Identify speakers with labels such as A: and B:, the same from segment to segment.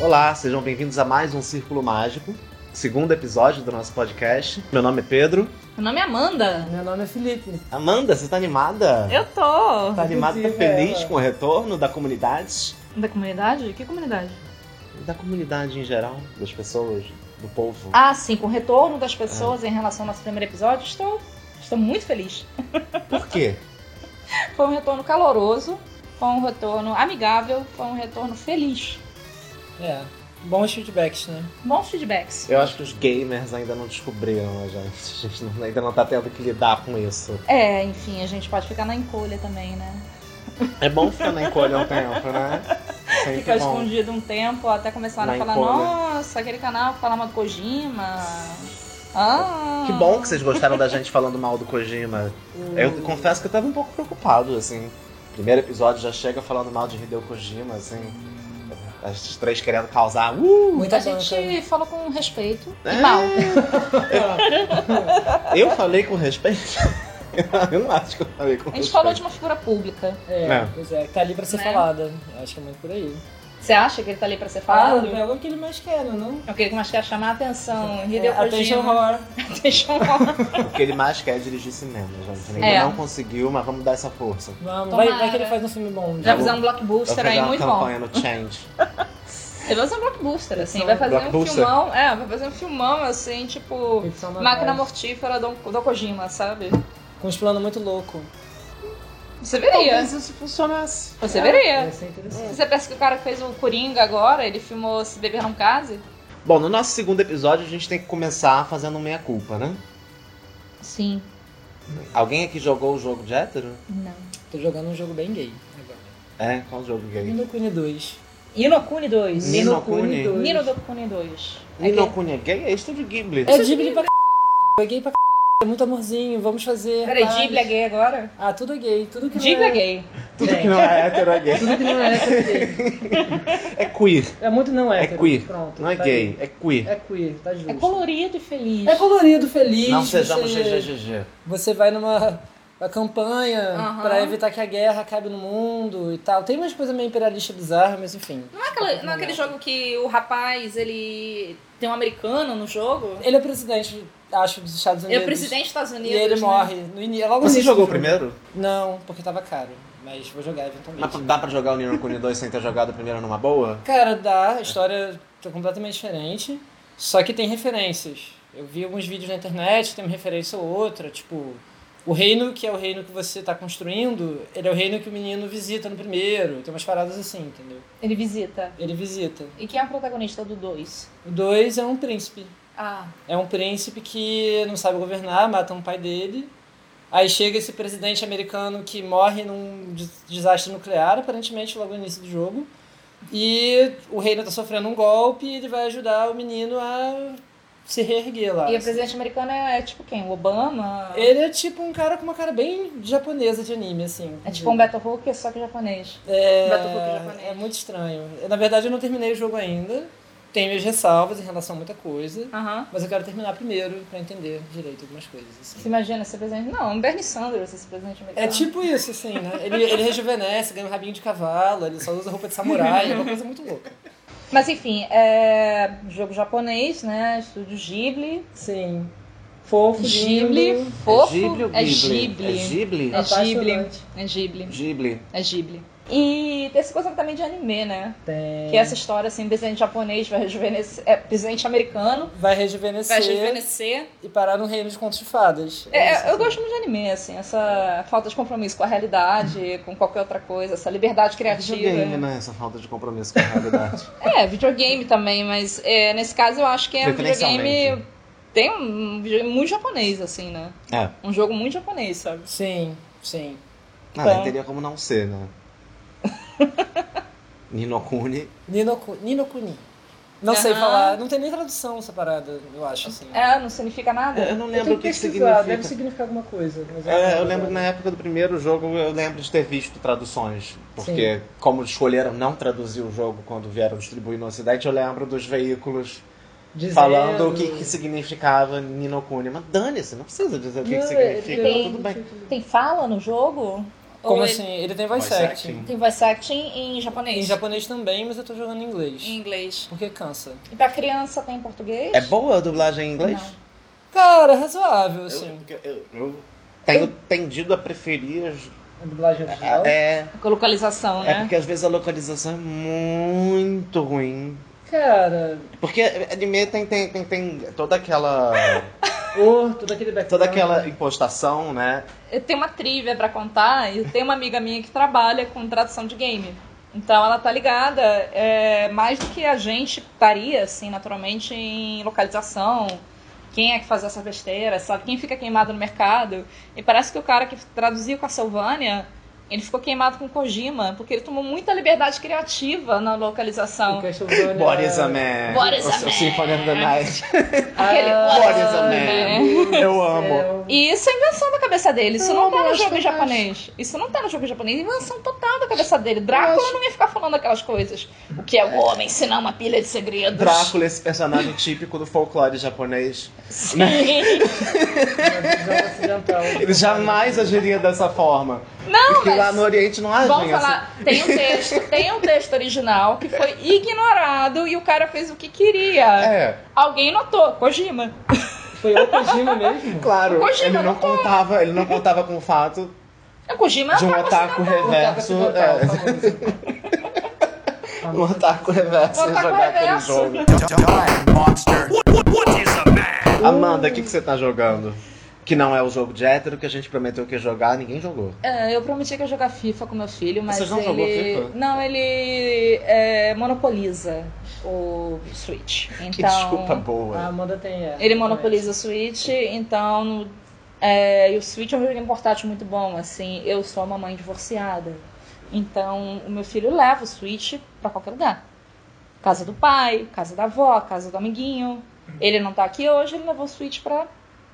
A: Olá, sejam bem-vindos a mais um Círculo Mágico, segundo episódio do nosso podcast. Meu nome é Pedro.
B: Meu nome é Amanda.
C: Meu nome é Felipe.
A: Amanda, você tá animada?
B: Eu tô. é.
A: Tá animada, tá
C: Inclusive,
A: feliz
C: ela.
A: com o retorno da comunidade?
B: Da comunidade? Que comunidade?
A: Da comunidade em geral, das pessoas, do povo.
B: Ah, sim, com o retorno das pessoas em relação ao nosso primeiro episódio, estou, estou muito feliz.
A: Por quê?
B: Foi um retorno caloroso, foi um retorno amigável, foi um retorno feliz.
C: É. Bons feedbacks, né?
B: Bons feedbacks.
A: Eu acho que os gamers ainda não descobriram, a gente. A gente não- ainda não tá tendo que lidar com isso.
B: É, enfim, a gente pode ficar na encolha também, né?
A: É bom ficar na encolha um tempo, né? Sempre
B: Ficar
A: bom.
B: escondido um tempo até começar
A: Na
B: a falar,
A: encolha.
B: nossa, aquele canal que fala mal do Kojima. Ah.
A: Que bom que vocês gostaram da gente falando mal do Kojima. É, Eu confesso que eu tava um pouco preocupado, assim. Primeiro episódio já chega falando mal de Hideo Kojima, assim. As três querendo causar. Uh!
C: Muita
B: Então, a gente
C: banca.
B: falou com respeito e
A: É.
B: mal.
C: tá
A: Eu falei com respeito. Eu não acho que eu falei com
B: A
A: respeito.
B: gente falou de uma figura pública.
C: É,
A: Não.
C: pois é, tá ali pra ser
B: Né?
C: falada. Eu acho que é muito por aí.
B: Você acha que ele tá ali pra ser falado?
C: é o que ele mais quer, não?
B: É o que ele mais quer chamar a atenção. Hideo
C: É, Attention
B: Kojima.
C: horror.
B: Atenção, Rob.
A: O que ele mais quer é dirigir cinema, gente. Ele
B: É.
A: não conseguiu, mas vamos dar essa força.
C: Vamos,
B: Tomara.
C: vai, vai que ele faz um filme bom.
B: Já
A: Vamos.
B: fizeram um
A: Vou
B: blockbuster aí
A: fazer uma
B: muito bom.
A: campanha no Change.
B: Ele vai fazer um blockbuster, assim.
C: Edição
B: Vai fazer um
A: blockbuster.
B: filmão. É, vai fazer um filmão, assim, tipo.
C: Edição na
B: Máquina
C: voz.
B: mortífera do, do Kojima, sabe?
C: Com uns planos muito loucos.
B: Você veria.
A: Talvez isso funcionasse.
B: Você veria.
C: ser interessante.
B: Você pensa que o cara que fez o Coringa agora, ele filmou Se Beber Não Case?
A: Bom, no nosso segundo episódio a gente tem que começar fazendo um meia-culpa, né?
B: Sim.
A: Alguém aqui jogou o jogo de hétero?
B: Não.
C: Tô jogando um jogo bem gay agora.
A: É, qual jogo gay?
C: Inokuni 2.
B: Inokuni 2.
A: Nino- Ninokuni?
C: Inokuni 2.
B: Nino do Kuni 2.
A: Ninokuni é gay? É estúdio Ghibli.
C: É Ghibli pra c... É gay pra c... É muito amorzinho, vamos fazer.
B: Peraí,
C: rapaz.
B: Ghibli é gay agora?
C: Ah, tudo é gay. Tudo que
B: Ghibli
C: não
B: é
C: é...
B: gay.
A: Tudo que não é hétero é gay.
C: Tudo que não é hétero é gay.
A: É queer.
C: É muito não
A: É
C: hétero.
A: queer.
C: Pronto,
A: Não é
C: tá
A: gay,
C: aí.
A: é queer.
C: É queer, tá justo.
B: É colorido e feliz.
C: É colorido, feliz.
A: Não sejamos
C: você,
A: GGGG.
C: você vai numa uma campanha
B: Aham.
C: pra evitar que a guerra acabe no mundo e tal. Tem umas coisas meio imperialistas bizarras, mas enfim.
B: Não é, aquela- não é aquele jogo que o rapaz, ele tem um americano no jogo?
C: Ele é presidente, acho, dos Estados
B: É
C: Unidos.
B: o presidente dos Estados
C: E
B: Unidos.
C: ele
B: né?
C: morre no início. Logo no
A: Você
C: início
A: jogou o
C: do jogo.
A: primeiro?
C: Não, porque tava caro. Mas vou jogar eventualmente.
A: Mas dá pra jogar o Nino Kuni 2 sem ter jogado o primeiro numa boa?
C: Cara, dá. A história tá completamente diferente. Só que tem referências. Eu vi alguns vídeos na internet, tem uma referência ou outra. Tipo, o reino que é o reino que você tá construindo, ele é o reino que o menino visita no primeiro. Tem umas paradas assim, entendeu?
B: Ele visita.
C: Ele visita.
B: E quem é o protagonista do 2?
C: O dois é um príncipe.
B: Ah,
C: É um príncipe que não sabe governar, mata um pai dele. Aí chega esse presidente americano que morre num des- desastre nuclear, aparentemente logo no início do jogo. E o reino tá sofrendo um golpe e ele vai ajudar o menino a se reerguer lá.
B: e o presidente americano é, é tipo quem? O Obama?
C: Ele é tipo um cara com uma cara bem japonesa de anime, assim.
B: É tipo um Beto Hooker, só que japonês.
C: É,
B: Beto Book japonês.
C: é muito estranho. Na verdade, eu não terminei o jogo ainda. Tem minhas ressalvas em relação a muita coisa.
B: Aham.
C: Mas eu quero terminar primeiro pra entender direito algumas coisas. Assim.
B: Você imagina esse presidente? Não, é um Bernie Sanders esse presidente americano.
C: É tipo isso, assim, né? Ele, ele rejuvenesce, ganha um rabinho de cavalo, ele só usa roupa de samurai, é uma coisa muito louca.
B: Mas enfim, é... jogo japonês, né? Estúdio Ghibli.
C: Sim. Fofo,
B: Ghibli,
A: é
B: fofo.
A: Ghibli ou
B: é
A: Ghibli? É Ghibli?
B: É Ghibli.
C: Apaixonante.
B: É Ghibli.
A: Ghibli.
B: É Ghibli. E tem essa coisa também de anime, né?
C: Tem.
B: Que essa história, assim, desenho japonês vai rejuvenescer. É, desenho americano
C: Vai rejuvenescer
B: vai rejuvenescer.
C: e parar no reino de contos de fadas.
B: É,
C: isso.
B: eu gosto muito de anime, assim, essa falta de compromisso com a realidade, com qualquer outra coisa, essa liberdade criativa.
A: Videogame, né? Essa falta de compromisso com a realidade.
B: É, videogame também, mas é, nesse caso eu acho que é um videogame.
A: Preferencialmente.
B: Tem um videogame muito japonês, assim, né?
A: É.
B: Um jogo muito japonês, sabe?
C: Sim, sim.
A: Ah,
B: Tá.
A: nem teria como não ser, né? Nino Kuni.
C: Ninoku, Ninokuni. Não sei
B: Aham.
C: falar, não tem nem tradução separada, eu acho, assim.
B: É, não significa nada.
A: Eu não lembro o que
C: deve
A: significa.
C: significar alguma coisa. mas
A: É,
C: não
A: eu lembro que na época do primeiro jogo, eu lembro de ter visto traduções. Porque, como escolheram não traduzir o jogo quando vieram distribuir no Ocidente, eu lembro dos veículos
C: Dizendo-
A: falando o que, que significava Ninokuni. Mas dane-se, não precisa dizer o que, tá que
C: Não,
A: significa,
C: ele-
A: tudo bem.
B: Tem fala no jogo? Ou
C: Como
B: ele-
C: assim? Ele tem voice,
A: Voice
C: acting.
A: acting.
B: Tem voice acting em japonês.
C: Em japonês também, mas eu tô jogando em inglês.
B: Em inglês.
C: Porque cansa.
B: E pra criança tem em português?
A: É boa a dublagem em inglês?
B: Não.
C: Cara, razoável, assim.
A: Eu, eu- eu tenho tendido a preferir as.
C: A dublagem original.
A: É,
B: Com localização,
A: é
B: né?
A: porque às vezes a localização é muito ruim.
C: Cara,
A: Porque anime tem, tem, tem, tem toda aquela.
C: ou todo aquele background.
A: toda aquela impostação, né?
B: Eu tenho uma trivia pra contar e tem uma amiga minha que trabalha com tradução de game. Então ela tá ligada é, mais do que a gente estaria, assim, naturalmente, em localização. Quem é que faz essa besteira, sabe? Quem fica queimado no mercado. E parece que o cara que traduziu Castlevania, ele ficou queimado com Kojima, porque ele tomou muita liberdade criativa na
C: O
B: localização.
C: Castlevania-
A: What is a man?
B: What is
A: o,
B: a
A: o
B: man?
A: Symphony of the Night.
B: Aquele-
C: Ah,
A: What is a
B: né?
A: man? Eu amo.
C: céu.
B: E isso é invenção da cabeça dele. Isso não,
C: Não,
B: tá
C: eu
B: no
C: acho
B: jogo em
C: fantástico.
B: japonês. Isso não tá no jogo em japonês. Invenção total da cabeça dele. Drácula não ia ficar falando aquelas coisas. O que é o homem, senão uma pilha de segredos.
A: Drácula, esse personagem típico do folclore japonês.
B: Sim.
C: Uma visão ocidental.
A: Ele jamais agiria dessa forma.
B: Não,
A: Porque lá
B: mas...
A: no Oriente não agem
B: Vamos
A: assim.
B: falar, tem um texto, tem um texto original que foi ignorado e o cara fez o que queria.
A: É,
B: Alguém notou, Kojima.
C: Foi o Kojima mesmo?
A: claro.
B: Kojima
A: ele não
B: não
A: contava, ele não contava com o fato
B: O Kojima
A: de um
B: é
A: otaku
C: O Otaku
A: reverso.
C: ocidental,
A: É,
C: famoso.
A: um otaku reverso
B: Um otaku
A: jogar aquele
B: reverso.
A: jogo.
D: Die, monster. What, what, what is a man?
A: Amanda, o que, que você tá jogando? Que não é o jogo de hétero que a gente prometeu que ia jogar, ninguém jogou.
B: É, eu prometi que ia jogar FIFA com meu filho, mas
A: Vocês não
B: ele...
A: jogou FIFA?
B: Não, ele é, monopoliza o Switch. Então,
A: Que desculpa
C: A
A: boa.
C: Amanda tem. é,
B: Ele monopoliza o Switch, então... é, e o Switch é um videogame portátil muito bom, assim. Eu sou uma mãe divorciada. Então, o meu filho leva o Switch pra qualquer lugar. Casa do pai, casa da avó, casa do amiguinho. Ele não tá aqui hoje, ele levou o Switch pra,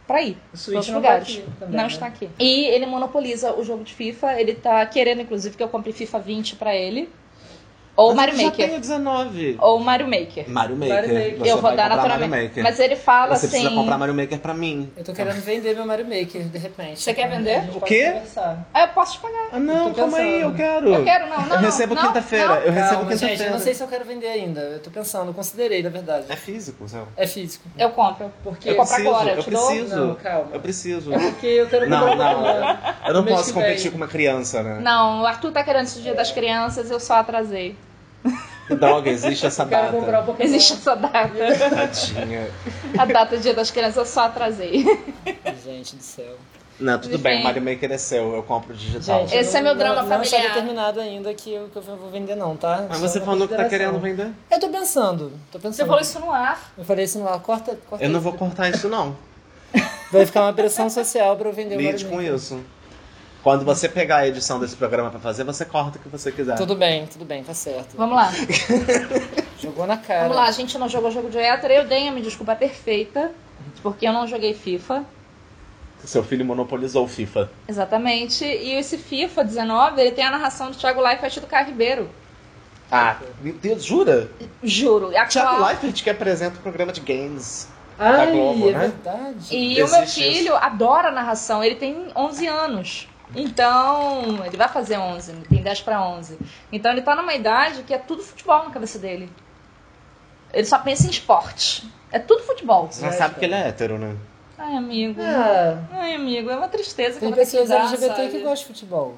B: pra ir.
C: O
B: Outros
C: Switch não tá
B: lugares.
C: aqui também,
B: Não
C: né?
B: está aqui. E ele monopoliza o jogo de FIFA. Ele tá querendo, inclusive, que eu compre FIFA 20 pra ele. Ou
A: Mas
B: Mario
A: eu já
B: Maker.
A: tenho 19.
B: Ou Mario Maker.
A: Mario
C: Mario Maker.
A: Maker. Você
B: eu vou
A: vai
B: dar
A: comprar Mario
B: naturalmente.
A: Maker.
B: Mas ele fala
A: Você
B: assim.
A: precisa comprar Mario Maker pra mim.
C: Eu tô querendo vender meu Mario Maker, de repente.
B: Você quer vender?
C: A gente
A: O
C: pode
A: quê?
C: conversar.
B: Ah, eu posso te pagar.
A: Ah, não,
C: Eu tô
A: calma aí,
C: pensando.
A: eu quero.
B: Eu quero, não, não.
A: eu recebo
B: não,
A: quinta-feira. Eu recebo
C: Calma, gente, eu
A: quinta-feira.
C: não sei se eu quero vender ainda. Eu tô pensando, eu considerei, na verdade.
A: É físico, seu.
C: É físico.
B: não. Eu compro.
C: Porque
A: Eu
B: Eu compro
A: preciso,
B: agora, eu
A: eu
B: te dou.
A: preciso.
C: Não, calma.
A: Eu preciso.
C: É porque eu quero
A: Não,
C: comprar
A: não.
C: uma-
A: Eu não
C: Mês
A: posso
C: que vem.
A: competir com uma criança, né?
B: Não, o Arthur tá querendo esse dia das crianças, eu só atrasei.
A: Droga, existe essa
C: Eu quero comprar um
A: data.
C: Pokémon.
B: Existe essa data.
A: Tadinha.
B: A data do dia das crianças eu só atrasei.
C: Gente do céu.
A: Não, tudo
B: Enfim.
A: bem, Mario Maker é seu, eu compro digital.
C: Gente,
B: Esse
C: eu
B: é meu
C: não-
B: drama
C: não, Não
B: familiar.
C: está determinado ainda que eu, que eu vou vender não, tá?
A: Mas
C: Só
A: você
C: uma
A: falou que tá querendo
C: consideração.
A: vender?
C: Eu tô pensando. Tô pensando.
B: Você falou isso no ar.
C: Eu falei assim, lá, corta, corta
A: Eu não
C: isso.
A: vou cortar isso, não.
C: Vai ficar uma pressão social pra eu vender o
A: Lide
C: Mario
A: com
C: Maker.
A: isso. Quando você pegar a edição desse programa pra fazer, você corta o que você quiser.
C: Tudo bem, tudo bem, tá certo.
B: Vamos lá.
C: Jogou na cara.
B: Vamos lá, a gente não jogou jogo de hétero. Eu dei a minha desculpa perfeita, porque eu não joguei FIFA.
A: Seu filho monopolizou o FIFA.
B: Exatamente. E esse FIFA 19, ele tem a narração do Thiago Leifert e do Caio Ribeiro.
A: Ah, meu Deus, jura?
B: Juro. E a
A: Thiago
B: qual-
A: Leifert que apresenta o programa de games.
C: Ai,
A: Globo,
C: é
A: né?
C: verdade.
B: E o meu
A: Existe
B: filho adora a narração. Ele tem 11 anos. Então, ele vai fazer 11, ele tem 10 para 11. Então, ele tá numa idade que é tudo futebol na cabeça dele. Ele só pensa em esporte. É tudo futebol.
A: Você já
C: Lógico.
A: sabe que ele é hétero, né?
B: Ai, amigo.
C: Ah,
B: Ai, amigo, é uma tristeza que eu
C: tem
B: vou ter que
C: pessoas
B: dar,
C: LGBT que
B: sabe?
C: gostam de futebol,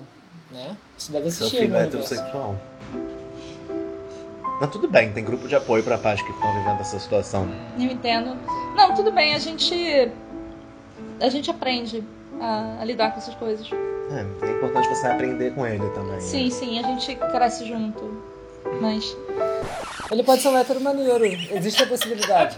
C: né? Isso deve
A: Seu
C: existir.
A: filho é
C: né, universo.
A: heterossexual. Mas tudo bem, tem grupo de apoio pra paz que estão vivendo essa situação.
B: Eu entendo. Não, tudo bem, a gente. A gente aprende a, a lidar com essas coisas.
A: É, é importante você aprender com ele também. né?
B: Sim, sim, a gente cresce junto. Mas.
C: Ele pode ser um hétero maneiro. Existe a possibilidade.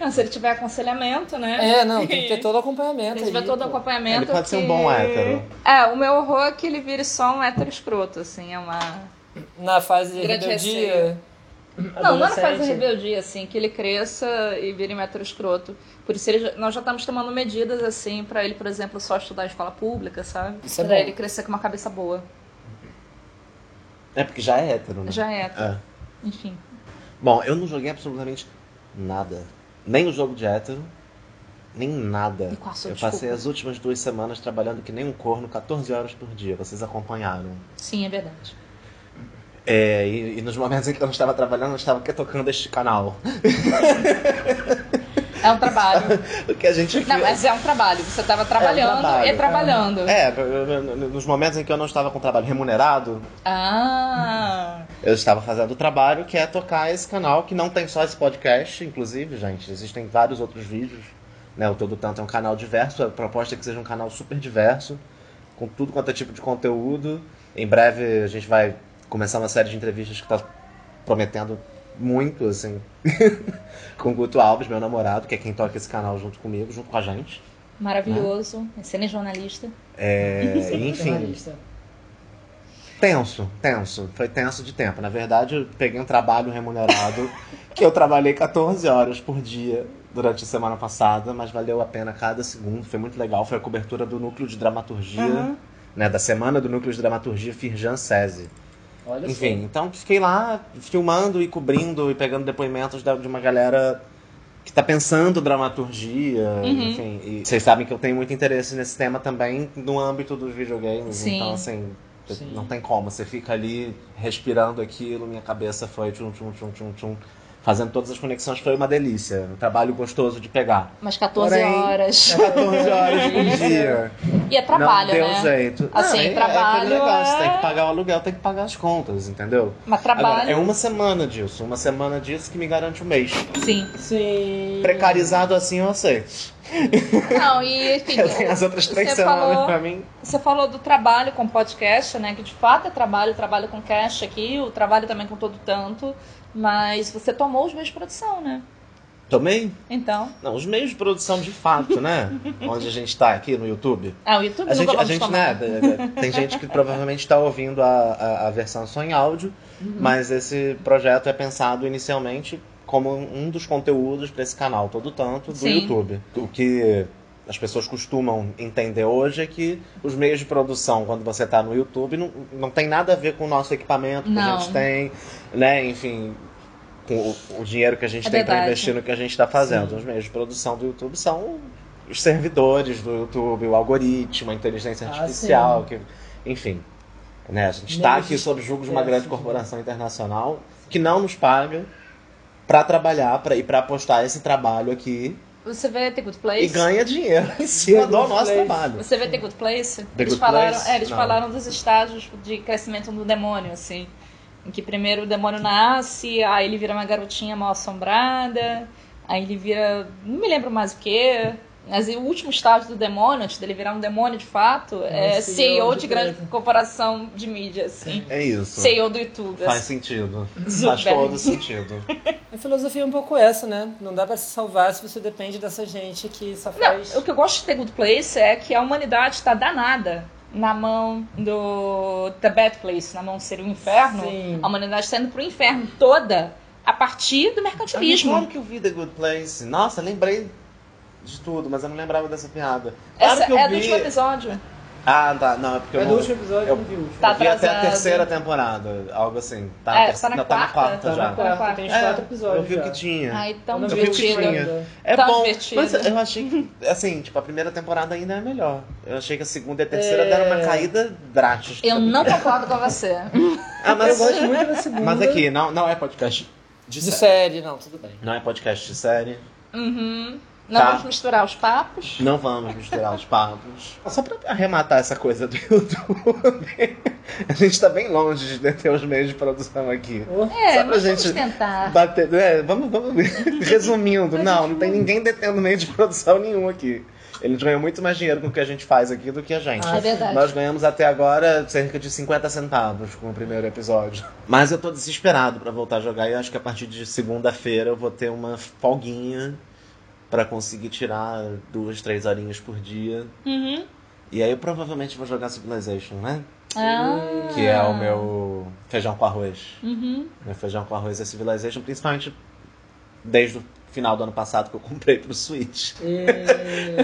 B: Não, se ele tiver aconselhamento, né?
C: É, não, tem que ter todo o acompanhamento.
B: Se ele tiver
C: aí,
B: todo o
C: pô.
B: acompanhamento.
A: Ele pode ser
B: que-
A: um bom hétero.
B: É, o meu horror é que ele vire só um hétero escroto, assim, é uma.
C: Na fase de
B: Grande
C: rebeldia.
B: receio. Não, não é na fase da
C: adolescente.
B: rebeldia, assim, que ele cresça e vire um hétero escroto. Por isso ele já- nós já estamos tomando medidas, assim, pra ele, por exemplo, só estudar em escola pública, sabe?
C: Isso é
B: pra
C: bom.
B: ele crescer com uma cabeça boa.
A: É porque já é hétero, né?
B: Já é,
A: É.
B: enfim.
A: Bom, eu não joguei absolutamente nada. Nem o jogo de hétero, Nem nada.
B: E qual a sua
A: É. eu
B: desculpa?
A: passei as últimas duas semanas trabalhando que nem um corno, 14 horas por dia. Vocês acompanharam.
B: Sim, é verdade.
A: É, e, e nos momentos em que eu não estava trabalhando, eu estava aqui tocando este canal.
B: É um trabalho.
A: O que a gente
B: Não, mas é um trabalho. Você estava trabalhando
A: trabalho,
B: e
A: é.
B: trabalhando.
A: É, nos momentos em que eu não estava com trabalho remunerado,
B: Ah.
A: Eu estava fazendo o trabalho que é tocar esse canal, que não tem só esse podcast, inclusive, gente. Existem vários outros vídeos. Né? O Todo Tanto é um canal diverso. A proposta é que seja um canal super diverso, com tudo quanto é tipo de conteúdo. Em breve a gente vai começar uma série de entrevistas que tá prometendo muito, assim, com o Guto Alves, meu namorado, que é quem toca esse canal junto comigo, junto com a gente.
B: Maravilhoso,
A: Né?
B: excelente jornalista.
A: É, enfim.
E: Jornalista.
A: Tenso, tenso. Foi tenso de tempo. Na verdade, eu peguei um trabalho remunerado que eu trabalhei 14 horas por dia durante a semana passada, mas valeu a pena cada segundo. Foi muito legal. Foi a cobertura do núcleo de dramaturgia,
E: Uhum.
A: né? Da semana do núcleo de dramaturgia Firjan Sese.
E: Olha
A: Enfim, então fiquei lá filmando e cobrindo e pegando depoimentos da- de uma galera que tá pensando dramaturgia,
B: Uhum.
A: enfim. E vocês sabem que eu tenho muito interesse nesse tema também no âmbito dos videogames.
B: Sim.
A: Então, assim,
E: Sim.
A: não tem como. Você fica ali respirando aquilo, minha cabeça foi tchum, tchum, tchum, tchum, tchum. Fazendo todas as conexões foi uma delícia. Um trabalho gostoso de pegar.
B: Umas 14
A: Porém,
B: horas.
A: 14 horas por dia.
B: E é trabalho,
A: né? não deu
B: né?
A: jeito.
B: Assim,
A: não, é- É
B: trabalho
A: aquele negócio,
B: é-
A: tem que pagar o aluguel, tem que pagar as contas, entendeu?
B: Mas trabalho.
A: Agora, é uma semana disso. Uma semana disso que me garante um mês.
B: Sim.
E: só. Sim.
A: Precarizado assim, eu aceito.
B: Não, e enfim.
A: Eu tenho as outras três
B: Você
A: semanas
B: falou-
A: pra mim.
B: Você falou do trabalho com podcast, né? Que de fato é trabalho, trabalho com cash aqui, o trabalho também com todo tanto. Mas você tomou os meios de produção, né?
A: Tomei?
B: Então.
A: Não, os meios de produção de fato, né? Onde a gente tá aqui no YouTube.
B: Ah, o YouTube
A: A
B: nunca
A: gente, a
B: vamos
A: gente
B: tomar.
A: né, tem gente que provavelmente está ouvindo a, a, a versão só em áudio,
B: Uhum.
A: mas esse projeto é pensado inicialmente como um dos conteúdos para esse canal, todo tanto, do
B: Sim.
A: YouTube. O que as pessoas costumam entender hoje é que os meios de produção, quando você está no YouTube, não, não tem nada a ver com o nosso equipamento que a
B: Não.
A: gente tem, né, enfim... Com o, o dinheiro que a gente
B: É
A: tem para
B: verdade.
A: investir no que a gente está fazendo.
E: Sim.
A: Os meios de produção do YouTube são os servidores do YouTube, o algoritmo, a inteligência
E: Ah,
A: artificial, que, enfim. Né, a gente está
E: Meios
A: aqui
E: de-
A: sob o julgo de uma
E: é,
A: grande
E: sim.
A: corporação internacional que não nos paga para trabalhar pra, e para postar esse trabalho aqui
B: Você vê The
A: e
B: Good
E: É
B: Place?
A: ganha dinheiro em cima
E: Good
A: do nosso
E: Place.
A: trabalho.
B: Você vê The Good Place?
A: The
B: eles
A: Good
B: falaram,
A: Place?
B: é, eles
A: Não.
B: falaram dos estágios de crescimento do demônio, assim. Em que primeiro o demônio nasce, aí ele vira uma garotinha mal assombrada, aí ele vira. não me lembro mais o que. Mas o último estágio do demônio, antes dele virar um demônio de fato, é,
E: um CEO
B: CEO de
E: de
B: grande
E: grande.
B: corporação de mídia, assim.
A: É isso.
B: CEO do YouTube.
A: Faz
B: Assim.
A: sentido. Faz
B: Zuckerberg.
A: todo sentido.
E: A filosofia é um pouco essa, né? Não dá pra se salvar se você depende dessa gente que só faz.
B: Não, o que eu gosto de The Good Place é que a humanidade está danada na mão do The Bad Place, na mão seria o inferno.
E: Sim.
B: A humanidade está indo pro inferno toda a partir do
E: Tipo
A: Ah, Claro
B: mercantilismo.
A: que eu vi The Good Place. Nossa, lembrei de tudo, mas eu não lembrava dessa piada. Claro
B: Essa
A: que eu
B: é do
A: vi.
B: último episódio.
A: Ah, tá. Não, é porque
E: É
A: eu
E: do
A: não...
E: último episódio,
A: eu-
E: eu não vi o último.
B: Tá
A: eu vi até a
B: atrasado.
A: terceira temporada, algo assim. Tá, na
B: É,
A: terce-
B: tá na
A: não,
B: quarta,
A: quarta
B: tá
A: já.
B: na quarta. Ah, então,
E: tem
A: É,
E: uns quatro episódios.
A: Eu vi
E: já.
A: o que tinha.
B: Ai,
E: Eu
B: tão
E: não vi o que
A: divertido.
B: divertido.
E: tinha.
A: é
B: tão
A: bom,
B: divertido.
A: mas eu achei que, assim, tipo, a primeira temporada ainda é a melhor. Eu achei que a segunda e a terceira deram uma caída drástica.
B: É. Eu não concordo com você.
A: Ah, mas,
E: Eu gosto muito da segunda.
A: mas aqui, não, não é podcast de,
E: De
A: série.
E: série, não, tudo bem.
A: Não é podcast de série.
B: Uhum. Não
A: Tá.
B: vamos misturar os papos.
A: Não vamos misturar os papos. É Só pra arrematar essa coisa do YouTube, a gente tá bem longe de ter os meios de produção aqui.
B: É,
A: Só pra
B: mas
A: gente-
B: vamos tentar.
A: Bater, é, vamos, vamos resumindo, não, não tem ninguém detendo meio de produção nenhum aqui. Eles ganham muito mais dinheiro com o que a gente faz aqui do que a gente.
E: Ah,
B: É verdade.
A: Nós ganhamos até agora cerca de 50 centavos com o primeiro episódio. Mas eu tô desesperado pra voltar a jogar e eu acho que a partir de segunda-feira eu vou ter uma folguinha pra conseguir tirar duas, três horinhas por dia.
B: Uhum.
A: E aí eu provavelmente vou jogar Civilization, né?
B: Ah.
A: Que é o meu feijão com arroz.
B: Uhum.
A: Meu feijão com arroz é Civilization, principalmente desde o final do ano passado que eu comprei pro Switch.
E: E-
B: É.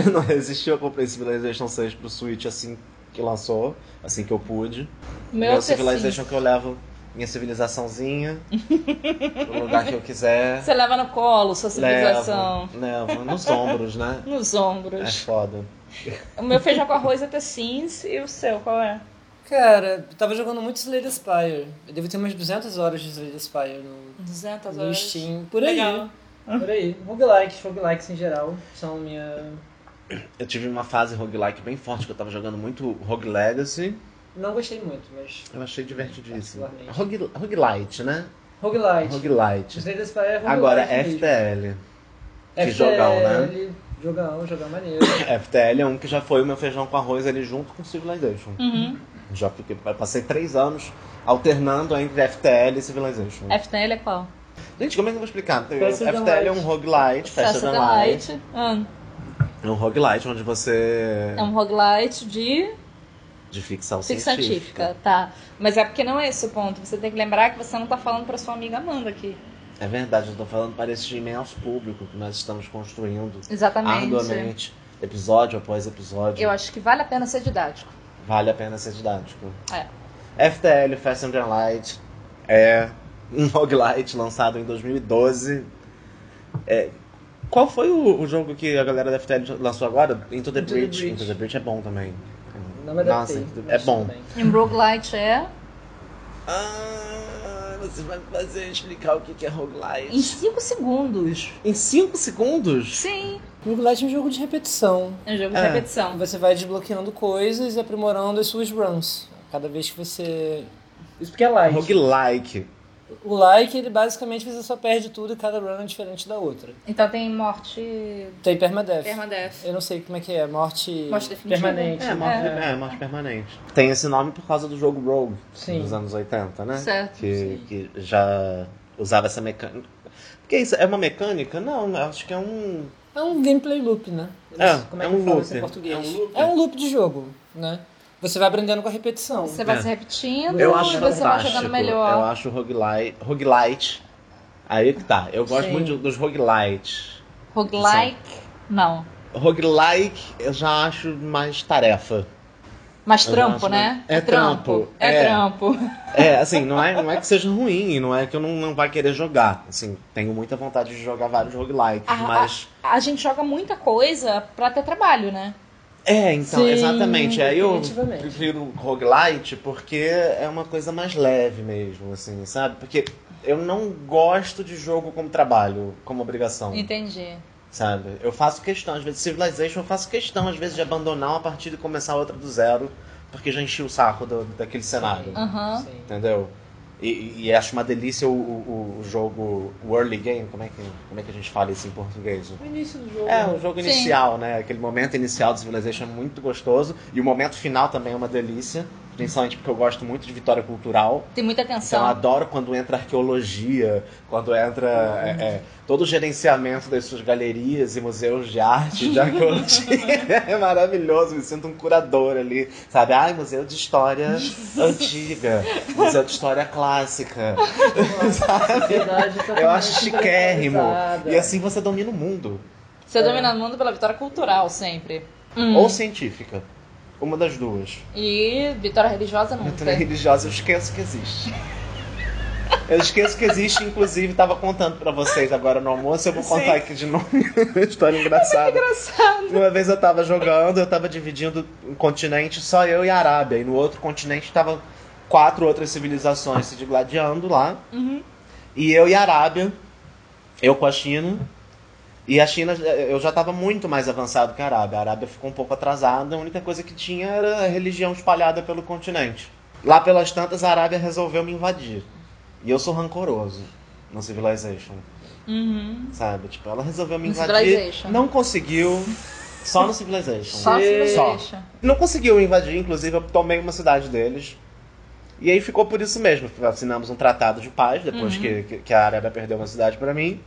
A: Eu não resisti, eu comprei Civilization 6 pro Switch assim que lançou, assim que eu pude.
B: Meu
A: é o Civilization que eu levo minha civilizaçãozinha, o lugar que eu quiser.
B: Você leva no colo sua civilização.
A: Levo, levo, nos ombros, né?
B: Nos
A: É
B: ombros.
A: foda.
B: O meu feijão com arroz é ter sims e o seu, qual é?
E: Cara, eu tava jogando muito Slay the Spire. Eu devo ter umas 200 horas de Slay the Spire no,
B: 200
E: no
B: horas.
E: Steam. Por aí.
B: Legal.
E: Por aí. Roguelikes, roguelikes em geral são minha.
A: Eu tive uma fase roguelike bem forte, que eu tava jogando muito Rogue Legacy.
E: Não gostei muito, mas.
A: Eu achei divertidíssimo.
E: Particularmente.
A: Rogue, roguelite, né?
E: Roguelite.
A: Roguelite.
E: Slay the Spire é roguelite.
A: Agora,
E: mesmo.
A: FTL. Que
E: FTL,
A: jogão,
E: é
A: né?
E: Jogão, jogão maneiro.
A: FTL é um que já foi o meu feijão com arroz ali junto com Civilization.
B: Uhum.
A: Já fiquei, passei três anos alternando entre FTL e Civilization.
B: FTL é qual?
A: Gente, como é que eu vou explicar?
E: Festa da
A: FTL é
E: Light.
A: um roguelite, Festa da Light.
B: Light. Ah,
A: É um roguelite onde você...
B: é um roguelite de
A: De ficção,
B: ficção
A: científica.
B: científica, tá. Mas é porque não é esse o ponto. Você tem que lembrar que você não tá falando pra sua amiga Amanda aqui.
A: É verdade, eu tô falando para esse imenso público que nós estamos construindo
B: Exatamente.
A: arduamente, episódio após episódio.
B: Eu acho que vale a pena ser didático.
A: Vale a pena ser tipo. didático.
B: É.
A: FTL Fast and Light é um roguelite lançado em 2012. É, qual foi o, o jogo que a galera da FTL lançou agora? Into the,
E: Into the
A: Breach.
E: Breach.
A: Into the Breach é bom também.
E: Não me adaptei.
A: Nossa, é
E: mas
A: bom.
E: tudo bem.
B: E um roguelite é...
A: Ah, você vai me fazer explicar o que que é roguelite.
B: Em 5 segundos.
A: Em 5 segundos?
B: Sim.
E: Roguelite é um jogo de repetição.
B: É um jogo de
A: É.
B: repetição.
E: Você vai desbloqueando coisas e aprimorando as suas runs. Cada vez que você. Isso porque é light.
A: Roguelike.
E: O like, ele basicamente você só perde tudo e cada run é diferente da outra.
B: Então tem morte...
E: Tem permadeath.
B: Permadeath.
E: Eu não sei como é que é, morte,
B: Morte definitiva.
E: permanente.
A: É, morte, é. morte permanente. Tem esse nome por causa do jogo Rogue,
E: Sim.
A: dos anos 80, né?
B: Certo,
A: Que,
E: sim.
A: que já usava essa mecânica. Porque isso é uma mecânica? Não, eu acho que é um.
E: É um gameplay loop, né?
A: É,
E: como é,
A: é
E: que
A: um
E: fala
A: loop.
E: isso em português?
A: É um loop.
E: de jogo, né? Você vai aprendendo com a repetição.
B: Você vai
A: É.
B: se repetindo
A: Eu
E: Não,
A: acho
B: e você vai
A: fantástico.
B: jogando melhor.
A: Eu acho roguelite. roguelite. Aí que tá. Eu gosto
E: Sim.
A: muito dos roguelites.
B: Roguelike, não.
A: Roguelike eu já acho mais tarefa.
B: Mas
A: Eu
B: trampo,
A: acho,
B: né?
A: né? É trampo,
B: É,
A: é.
B: trampo.
A: É, assim, não é, não é que seja ruim, não é que eu não, não vai querer jogar. Assim, tenho muita vontade de jogar vários roguelikes,
B: Ah,
A: mas.
B: A gente joga muita coisa pra ter trabalho, né?
A: É, então,
E: Sim,
A: exatamente. Aí eu
E: definitivamente.
A: prefiro o roguelite porque é uma coisa mais leve mesmo, assim, sabe? Porque eu não gosto de jogo como trabalho, como obrigação,
B: Entendi.
A: sabe? Eu faço questão, às vezes Civilization eu faço questão, às vezes, de abandonar uma partida e começar outra do zero, porque já enchi o saco do- daquele cenário,
B: Aham.
E: Sim.
A: entendeu? E, e acho uma delícia o, o, o jogo o early game, como é, que, como é que a gente fala isso em português?
E: No início do jogo.
A: É, o jogo
B: Sim.
A: inicial, né? Aquele momento inicial do Civilization é muito gostoso. E o momento final também é uma delícia. Principalmente porque eu gosto muito de vitória cultural.
B: Tem muita
A: Então eu
B: atenção.
A: adoro quando entra arqueologia, quando entra é, é, todo o gerenciamento das suas galerias e museus de arte de arqueologia. é maravilhoso, me sinto um curador ali, sabe? Ai, museu de história antiga, museu de história clássica.
E: Nossa, sociedade totalmente
A: Eu acho chiquérrimo.
E: globalizada.
A: E assim você domina o mundo.
B: Você
A: é.
B: domina o mundo pela vitória cultural sempre. Hum.
A: ou científica. Uma das duas.
B: E vitória religiosa
A: Muito
B: nunca.
A: religiosa, eu esqueço que existe. Eu esqueço que existe, inclusive, tava contando pra vocês agora no almoço, eu vou contar aqui de novo. História engraçada.
B: É Engraçado.
A: Uma vez eu tava jogando, eu tava dividindo um continente só eu e a Arábia, e no outro continente tava quatro outras civilizações se digladiando lá.
B: Uhum.
A: E eu e a Arábia, eu com a China. E a China, eu já estava muito mais avançado que a Arábia. A Arábia ficou um pouco atrasada, a única coisa que tinha era a religião espalhada pelo continente. Lá pelas tantas, a Arábia resolveu me invadir. E eu sou rancoroso no Civilization,
B: Uhum.
A: sabe? Tipo, ela resolveu me
B: No
A: invadir,
B: Civilization.
A: não conseguiu, só no Civilization.
B: Só se você
A: Só.
B: deixa.
A: Não conseguiu invadir, inclusive eu tomei uma cidade deles. E aí ficou por isso mesmo. Assinamos um tratado de paz depois que, que- que a Arábia perdeu uma cidade pra mim.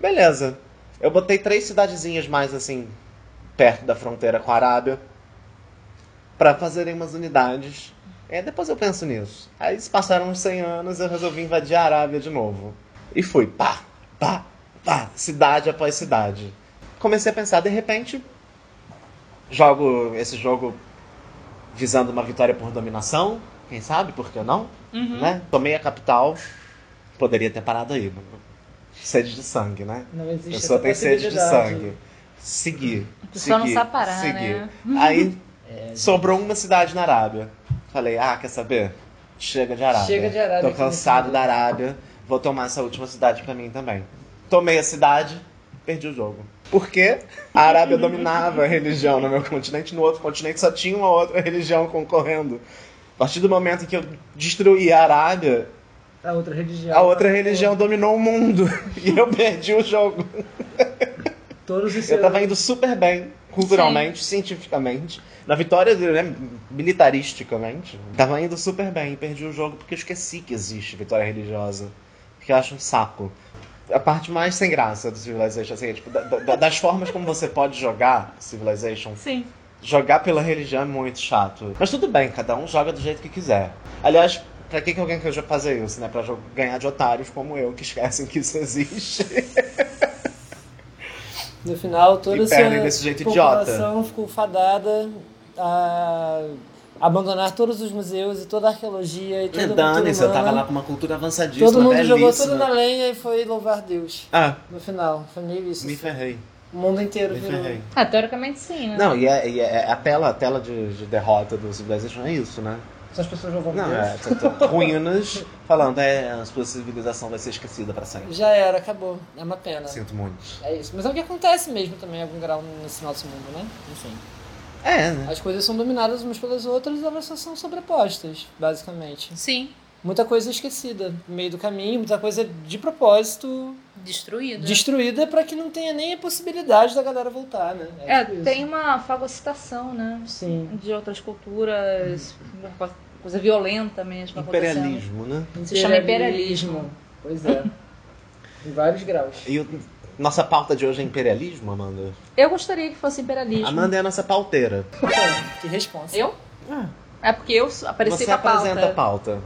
A: Beleza. Eu botei três cidadezinhas mais assim, perto da fronteira com a Arábia, pra fazerem umas unidades. É, depois eu penso nisso. Aí se passaram uns 100 anos, eu resolvi invadir a Arábia de novo. E fui, pá, pá, pá, cidade após cidade. Comecei a pensar, de repente, jogo esse jogo visando uma vitória por dominação. O quem sabe, por que não?
B: Uhum.
A: Né? Tomei a capital, poderia ter parado aí. Sede de sangue, né?
C: Não
A: A
C: existe
A: pessoa
C: essa
A: tem sede de
C: possibilidade.
A: sangue. Seguir.
B: A pessoa não
A: seguir,
B: sabe parar,
A: seguir.
B: né?
A: Aí
C: É.
A: sobrou uma cidade na Arábia. Falei, ah, quer saber? Chega de Arábia.
C: Chega de Arábia,
A: Tô
C: que
A: cansado
C: me
A: da Arábia. Vou tomar essa última cidade pra mim também. Tomei a cidade, perdi o jogo. Porque a Arábia dominava a religião no meu continente, no outro continente só tinha uma outra religião concorrendo. A partir do momento em que eu destruí a Arábia,
C: A outra religião. né?
A: a outra religião dominou o mundo. E eu perdi o jogo.
C: Todos os
A: Eu
C: seus...
A: tava indo super bem, culturalmente, cientificamente. Na vitória, né, militaristicamente. Tava indo super bem. Perdi o jogo porque eu esqueci que existe vitória religiosa. Porque eu acho um saco. A parte mais sem graça do Civilization, assim, é, tipo, da- da- das formas como você pode jogar Civilization,
B: Sim.
A: jogar pela religião é muito chato. Mas tudo bem, cada um joga do jeito que quiser. Aliás, pra que, que alguém quer fazer isso, né? Pra jo- ganhar de otários como eu, que esquecem que isso existe.
C: No final, toda
A: E
C: essa
A: perdem desse jeito
C: população ficou fadada a abandonar todos os museus e toda a arqueologia e toda a cultura
A: É Dane-se, eu tava
C: humana.
A: lá com uma cultura avançadíssima,
C: Todo mundo
A: belíssima.
C: jogou tudo na lenha e foi louvar Deus.
A: Ah,
C: No final, foi meio isso.
A: me ferrei,
C: O mundo inteiro
A: me
C: virou.
A: ferrei.
B: Ah, teoricamente sim, né?
A: Não, e, é, e é- a tela, a tela de, de derrota do Civilization é isso, né?
C: Só as pessoas louvando
A: Não,
C: Deus.
A: é, t- t- ruínas falando, é, a sua civilização vai ser esquecida pra sempre.
C: Já era, acabou. É uma pena.
A: Sinto muito.
C: É isso. Mas é o que acontece mesmo também, em algum grau, nesse nosso mundo, né? Enfim.
A: É, né?
C: As coisas são dominadas umas pelas outras e elas só são sobrepostas, basicamente.
B: Sim.
C: Muita coisa é esquecida no meio do caminho, muita coisa é de propósito
B: Destruído.
C: destruída pra que não tenha nem a possibilidade da galera voltar, né?
B: É,
C: tipo isso.
B: tem uma fagocitação, né?
C: Sim.
B: De outras culturas, uma coisa violenta mesmo Tá acontecendo.
A: Imperialismo, né?
B: Se chama imperialismo.
C: Pois é. em vários graus.
A: E o- nossa pauta de hoje é imperialismo, Amanda?
B: Eu gostaria que fosse imperialismo.
A: Amanda é a nossa pauteira.
C: Pô, Então, que responsa.
B: Eu? É porque eu su- apareci
A: Você
B: com é a pauta.
A: apresenta a pauta.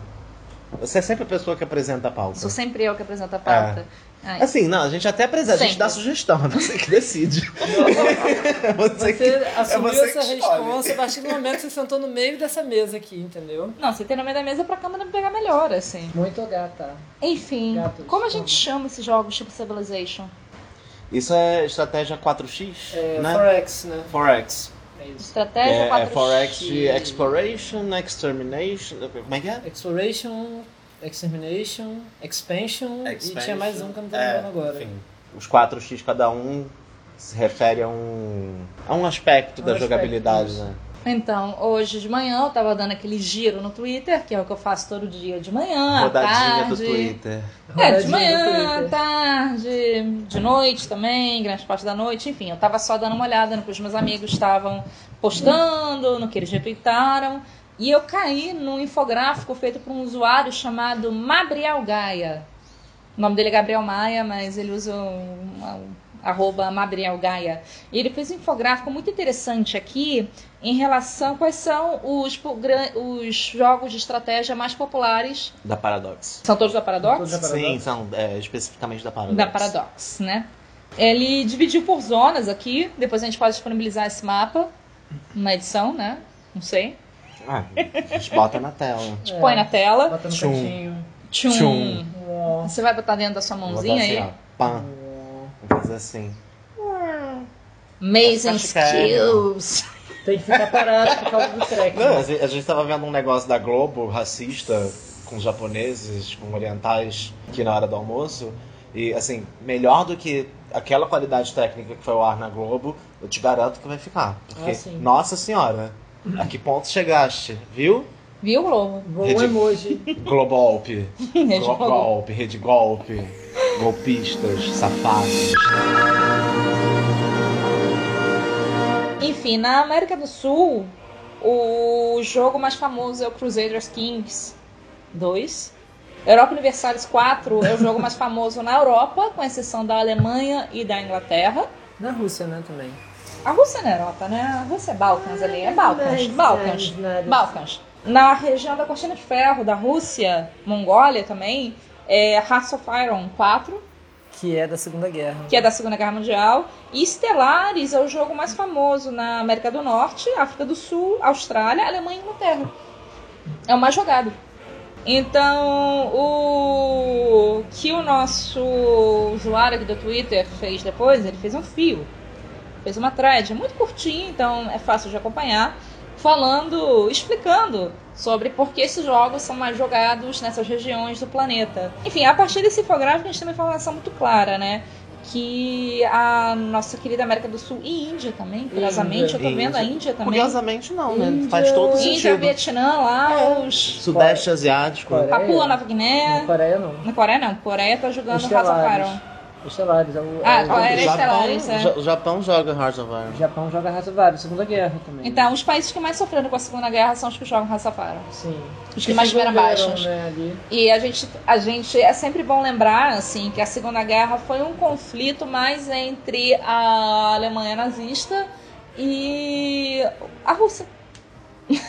A: Você é sempre a pessoa que apresenta a pauta.
B: Sou sempre eu que apresento a pauta. É. Ai.
A: Assim, não, a gente até apresenta, a gente
B: Sempre.
A: dá sugestão, é você que decide. É
C: Você,
A: você que
C: assumiu
A: é você
C: essa
A: que escolhe.
C: responsa a partir do momento que você sentou no meio dessa mesa aqui, entendeu?
B: Não, você tem no meio da mesa pra câmera pegar melhor, assim.
C: Muito gata.
B: Enfim,
C: Gatos.
B: como a gente chama esses jogos tipo Civilization?
A: Isso é estratégia 4x,
C: É,
A: né?
C: Forex, né?
A: Forex.
C: É isso.
B: Estratégia
A: É, é
B: 4X.
A: Forex de Exploration, Extermination. Como é que
C: Hum,
A: é?
C: Exploration, Extermination, Expansion, e tinha mais um que eu não tô
A: É,
C: lembrando agora.
A: Enfim, os 4x cada um se refere a um, a um aspecto
C: Um
A: da
C: aspecto,
A: jogabilidade,
C: isso.
A: né?
B: Então, hoje de manhã eu tava dando aquele giro no Twitter, que é o que eu faço todo dia de manhã, à
A: Rodadinha
B: tarde.
A: do Twitter.
B: É,
C: Rodadinha
B: de
C: do
B: manhã,
C: Twitter.
B: tarde, de noite também, grande parte da noite, enfim, eu tava só dando uma olhada no que os meus amigos estavam postando, no que eles retweetaram, e eu caí num infográfico feito por um usuário chamado Mabriel Gaia. O nome dele é Gabriel Maia, mas ele usa um, um arroba Mabriel Gaia. E ele fez um infográfico muito interessante aqui em relação a quais são os, progra- os jogos de estratégia mais populares.
A: Da Paradox.
B: São todos da Paradox?
C: Todos da Paradox.
A: Sim, são é, especificamente da Paradox.
B: da Paradox, né? Ele dividiu por zonas aqui, depois a gente pode disponibilizar esse mapa na edição, né? Não sei.
A: Ah, a gente bota na tela.
B: A gente põe na tela.
C: Bota no
A: Tchum.
C: cantinho.
B: Tchum.
A: Tchum.
C: Uó.
B: Você vai botar dentro da sua
A: um- Vou
B: mãozinha
A: dar assim,
B: aí.
A: ó. Pá. Vou fazer assim.
B: Amazing
A: Acho que é.
B: skills.
C: Tem que ficar parado por causa do né? track.
A: Não, a gente a gente tava vendo um negócio da Globo racista com japoneses, com orientais, aqui na hora do almoço. E, assim, melhor do que aquela qualidade técnica que foi ao ar na Globo, eu te garanto que vai ficar. Porque,
C: Ah, sim.
A: nossa senhora, a que ponto chegaste, viu?
B: Viu, Globo?
C: Bom emoji.
A: Globolpe.
B: Rede
A: Glo-
B: Globo.
A: golpe, rede golpe. Golpistas, safados.
B: Enfim, na América do Sul, o jogo mais famoso é o Crusaders Kings 2. Europa Universalis 4 é o jogo mais famoso na Europa, com exceção da Alemanha e da Inglaterra.
C: Na Rússia, né, também.
B: A Rússia não é Europa, né? A Rússia é Balcãs ali. É Balcãs.
C: Não,
B: Balcãs.
C: não, não, não.
B: Balcãs. Na região da Cortina de Ferro, da Rússia, Mongólia também, é Hearts of Iron 4,
C: Que é da Segunda Guerra.
B: que é da Segunda Guerra Mundial. E Stellaris é o jogo mais famoso na América do Norte, África do Sul, Austrália, Alemanha e Inglaterra. É o mais jogado. Então, o que o nosso usuário aqui do Twitter fez depois, ele fez um fio. Fez uma thread muito curtinha, então é fácil de acompanhar, falando, explicando sobre por que esses jogos são mais jogados nessas regiões do planeta. Enfim, a partir desse infográfico a gente tem uma informação muito clara, né? Que a nossa querida América do Sul e Índia também, curiosamente, eu tô vendo a Índia também.
A: Curiosamente não, né? Faz todo
B: Índia,
A: sentido.
B: Vietnã, Laos,
A: Sudeste asiático.
C: Coreia.
B: Papua Nova
C: Na
B: Guiné.
C: Coreia não.
B: Na Coreia não, Coreia tá jogando House of
C: Estelares.
B: Iron.
C: Estelares. É o,
B: Ah,
C: é o-
B: qual era?
A: O Japão,
B: Estelares, é.
A: Ja- o Japão joga Hearts of Iron.
C: O Japão joga raça vários, Segunda Guerra também.
B: Então, os países que mais sofreram com a Segunda Guerra são os que jogam House of Iron.
C: Sim.
B: Os que mais tiveram baixas.
C: Né, ali.
B: E a gente, a gente é sempre bom lembrar assim que a Segunda Guerra foi um conflito mais entre a Alemanha nazista e a Rússia,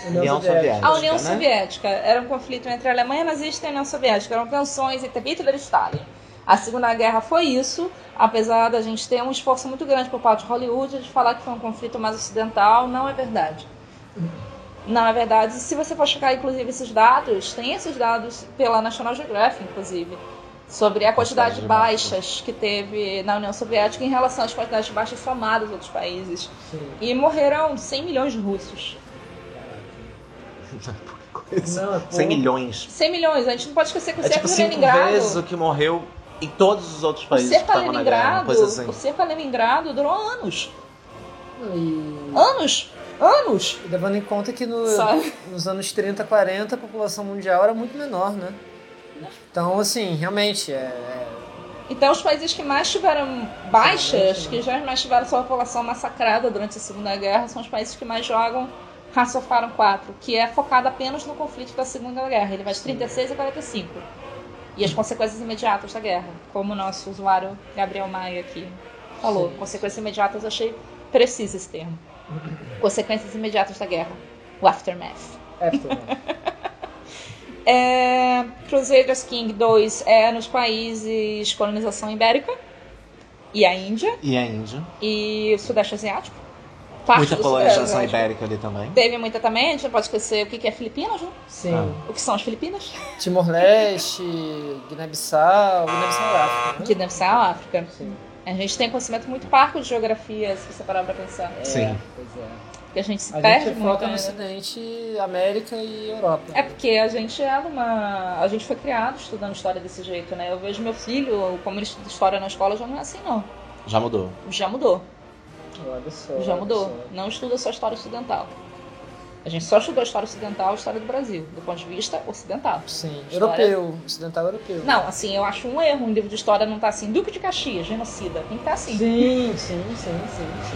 A: União Soviética.
B: a União
A: né?
B: Soviética. Era um conflito entre a Alemanha nazista e a União Soviética. Eram tensões entre Hitler e Stalin. A Segunda Guerra foi isso, apesar da gente ter um esforço muito grande por parte de Hollywood de falar que foi um conflito mais ocidental, não é verdade. Não é verdade. Se você for checar, inclusive, esses dados, tem esses dados pela National Geographic, inclusive, sobre a quantidade de baixas que teve na União Soviética em relação às quantidades de baixas somadas dos outros países.
C: Sim.
B: E morreram 100 milhões de russos.
C: Não, é pouco.
A: 100 milhões.
B: 100 milhões, a gente não pode esquecer que o
A: É
B: cerco
A: tipo
B: de
A: cinco
B: Leningrado.
A: vezes o que morreu em todos os outros
B: o
A: países que tá
B: cerco a
A: estavam na guerra. Uma
B: Leningrado,
A: coisa assim.
B: o cerco a Leningrado durou anos.
C: E...
B: Anos! Anos!
C: E Levando em conta que no,
B: Sabe?
C: nos anos 30, 40, a população mundial era muito menor, né? Então, assim, realmente, é,
B: Então os países que mais tiveram baixas, que já mais tiveram sua população massacrada durante a Segunda Guerra, são os países que mais jogam Hearts of Iron 4, que é focado apenas no conflito da Segunda Guerra. Ele vai de 36 a 45. E as consequências imediatas da guerra, como o nosso usuário Gabriel Maia aqui falou. Consequências imediatas, eu achei preciso esse termo. Consequências imediatas da guerra. O aftermath.
C: é aftermath.
B: É, Crusaders King 2 é nos países colonização ibérica e a Índia
A: E a Índia.
B: e o Sudeste Asiático. Parte
A: Muita
B: do né?
A: polarização
B: Sudeste Asiático.
A: ibérica ali também.
B: Teve muita também, a gente não pode esquecer o que que é Filipinas, né?
C: Sim.
A: Ah.
B: o que são as Filipinas,
C: Timor-Leste, Guiné-Bissau, Guiné-Bissau é África, né?
B: que deve ser a África.
C: Sim.
B: A gente tem conhecimento muito parco de geografia, se você parar pra pensar.
C: É,
A: Sim.
C: Pois é.
B: Porque a gente se
C: A
B: perde
C: gente
B: muito.
C: foca no
B: né?
C: Ocidente, América e Europa.
B: É porque a gente é uma. A gente foi criado estudando história desse jeito, né? Eu vejo meu filho, como ele estuda história na escola, já não é assim, não.
A: Já mudou.
B: Já mudou.
C: Olha só,
B: Já
C: olha
B: mudou.
C: só.
B: Não estuda só história ocidental. A gente só estudou história ocidental e história do Brasil, do ponto de vista ocidental.
C: Sim,
B: História-
C: europeu, ocidental europeu.
B: Não, assim, eu acho um erro um livro de história não tá assim. Duque de Caxias, genocida. Tem que tá assim.
C: Sim, sim, sim,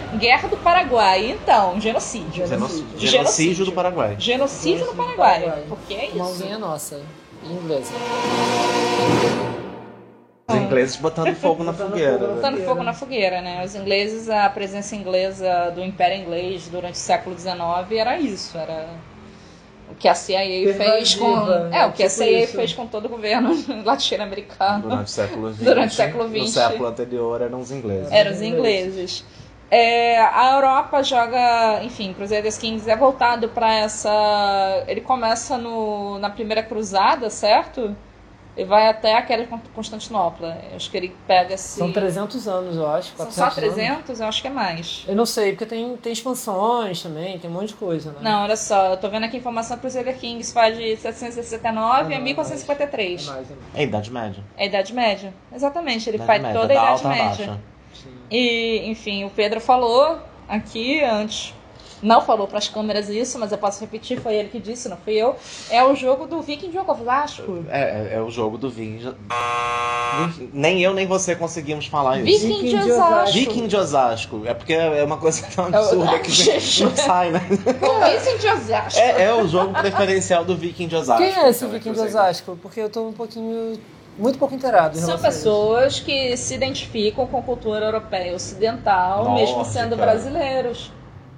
C: sim.
B: Guerra do Paraguai, então, genocídio.
C: Genocídio.
A: Genocídio,
B: Genocídio.
A: do Paraguai.
B: Genocídio no
C: Genocídio no
B: Paraguai.
C: Paraguai.
B: Porque é
C: sim. Mãozinha
B: isso.
C: nossa, inglesa.
A: Os ingleses botando fogo na
C: Botando
A: fogueira.
C: fogo na
A: né?
B: Botando fogo na fogueira, né? Os ingleses, a presença inglesa do Império Inglês durante o século XIX era isso, era o que a CIA fez
C: Pervasiva,
B: com.
C: né?
B: É, o que a
C: Tipo
B: CIA
C: isso.
B: fez com todo o governo latino-americano.
A: Durante o século XX.
B: Durante o século
A: No
B: XX.
A: século anterior eram os ingleses.
B: Eram os ingleses. É, a Europa joga, enfim, Crusaders Kings é voltado pra essa. Ele começa no, na primeira cruzada, certo? E vai até a queda de Con- Constantinopla. Eu acho que ele pega esse.
C: São 300 anos, eu acho.
B: São só
C: 400 anos.
B: 300? Eu acho que é mais.
C: Eu não sei, porque tem, tem expansões também, tem um monte de coisa, né?
B: Não, olha só, eu tô vendo aqui a informação que Crusader Kings faz de 769
C: Ah,
B: a
C: não,
B: 1453.
C: É mais, é mais.
A: É Idade Média.
B: É a Idade Média. Exatamente, ele
A: Idade
B: faz
A: Média,
B: toda a
A: da
B: Idade
A: alta à
B: Média.
A: baixa.
C: Sim.
B: E, enfim, o Pedro falou aqui antes, não falou pras câmeras isso, mas eu posso repetir, foi ele que disse, não fui eu. É o jogo do Viking Jogo of Vasco.
A: É, é, é o jogo do Vinja. Vin- Nem eu nem você conseguimos falar isso.
B: Viking de Osasco.
A: Viking de Osasco. É porque é uma coisa tão absurda que não sai, né?
B: Viking de Osasco.
A: É, é o jogo preferencial do Viking de Osasco.
C: Quem é esse
A: Então,
C: Viking de
A: você-
C: Osasco? Porque eu tô um pouquinho. muito pouco inteirado. em
B: São
C: relação a isso.
B: pessoas que se identificam com cultura europeia ocidental,
A: Nórdica.
B: mesmo sendo brasileiros.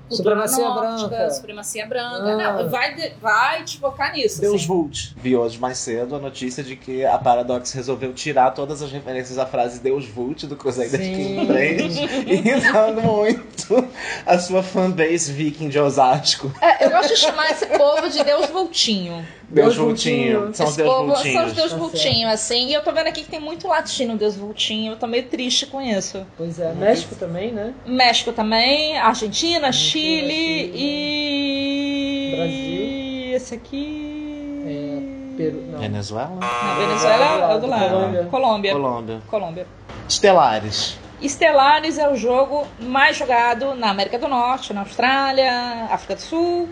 C: Supremacia
B: Cultura nórdica,
C: branca.
B: Supremacia branca.
C: Ah.
B: Não, vai, de- vai te focar nisso.
A: Deus
B: assim.
A: Vult. Vi hoje mais cedo a notícia de que a Paradox resolveu tirar todas as referências à frase Deus Vult do Crusader
C: Sim.
A: King 3 e dando muito. sua, a sua fanbase viking de Osasco.
B: É, eu gosto de chamar esse povo de Deus Voltinho.
A: Deus
C: Deus
A: Vultinho.
C: Vultinho.
A: São os
B: Esse
A: Deus
B: povo são os
A: Vultinhos.
B: Deus
C: Tá
B: Voltinho, assim. E eu tô vendo aqui que tem muito latino Deus Voltinho. Eu tô meio triste com isso.
C: Pois é, México também, né?
B: México também, Argentina, Chile,
C: Chile.
B: e.
C: Brasil. É.
B: Esse aqui.
C: Peru, não.
A: É, Venezuela?
B: Não, Venezuela é o do lado.
C: Tá Colômbia.
B: Colômbia.
A: Colômbia.
B: Colômbia.
A: Estelares.
B: Estelares é o jogo mais jogado na América do Norte, na Austrália, África do Sul,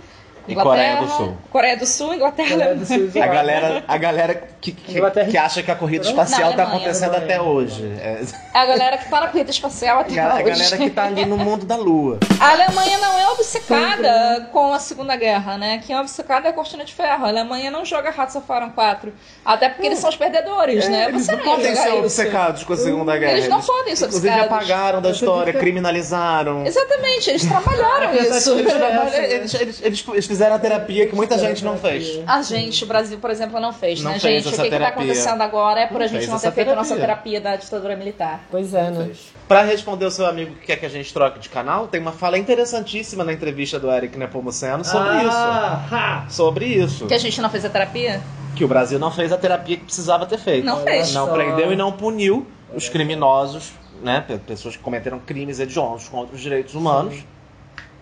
A: E
B: Inglaterra,
A: Coreia do Sul.
B: Coreia do Sul, Inglaterra.
C: Coreia do Sul,
A: A galera, a galera que, que,
C: Inglaterra.
A: que acha que a corrida espacial
B: Não,
A: tá
B: Alemanha,
A: acontecendo
C: Alemanha.
A: até hoje. É,
B: É a galera que tá na corrida espacial
A: a
B: até
A: ga- a
B: hoje.
A: galera que tá ali no mundo da lua.
B: A Alemanha não é obcecada com a Segunda Guerra, né? Quem é obcecada é a Cortina de Ferro. A Alemanha não joga Hearts of Iron 4. Até porque eles são os perdedores, né?
A: Hum. É, Eles
B: Você
A: não
B: não ia
A: podem
B: jogar
A: ser
B: isso.
A: obcecados com a Segunda Guerra.
B: Eles não podem ser
A: Inclusive
B: obcecados.
A: apagaram da
C: Eu tô
A: história,
C: brincando.
A: criminalizaram.
B: Exatamente, eles
A: Ah, é
B: trabalharam
C: Eu tô
B: isso.
C: achando que era essa, né?
A: Eles, eles- eles- eles fizeram é a terapia que muita gente não fez.
B: A gente, o Brasil, por exemplo, não fez,
A: Não
B: né,
A: fez
B: gente?
A: essa
B: o que, que tá
A: terapia.
B: acontecendo agora é por
A: Não
B: a gente
A: fez
B: não
A: essa
B: ter feito a nossa
A: terapia.
B: terapia da ditadura militar.
C: Pois é, né?
A: Pra responder o seu amigo que quer que a gente troque de canal, tem uma fala interessantíssima na entrevista do Eric Nepomuceno sobre
C: ah,
A: isso. Sobre isso.
B: Que a gente não fez a terapia?
A: Que o Brasil não fez a terapia que precisava ter feito.
B: Não fez.
A: Não
C: só.
A: prendeu e não puniu os criminosos, né? pe- Pessoas que cometeram crimes hediondos contra os direitos humanos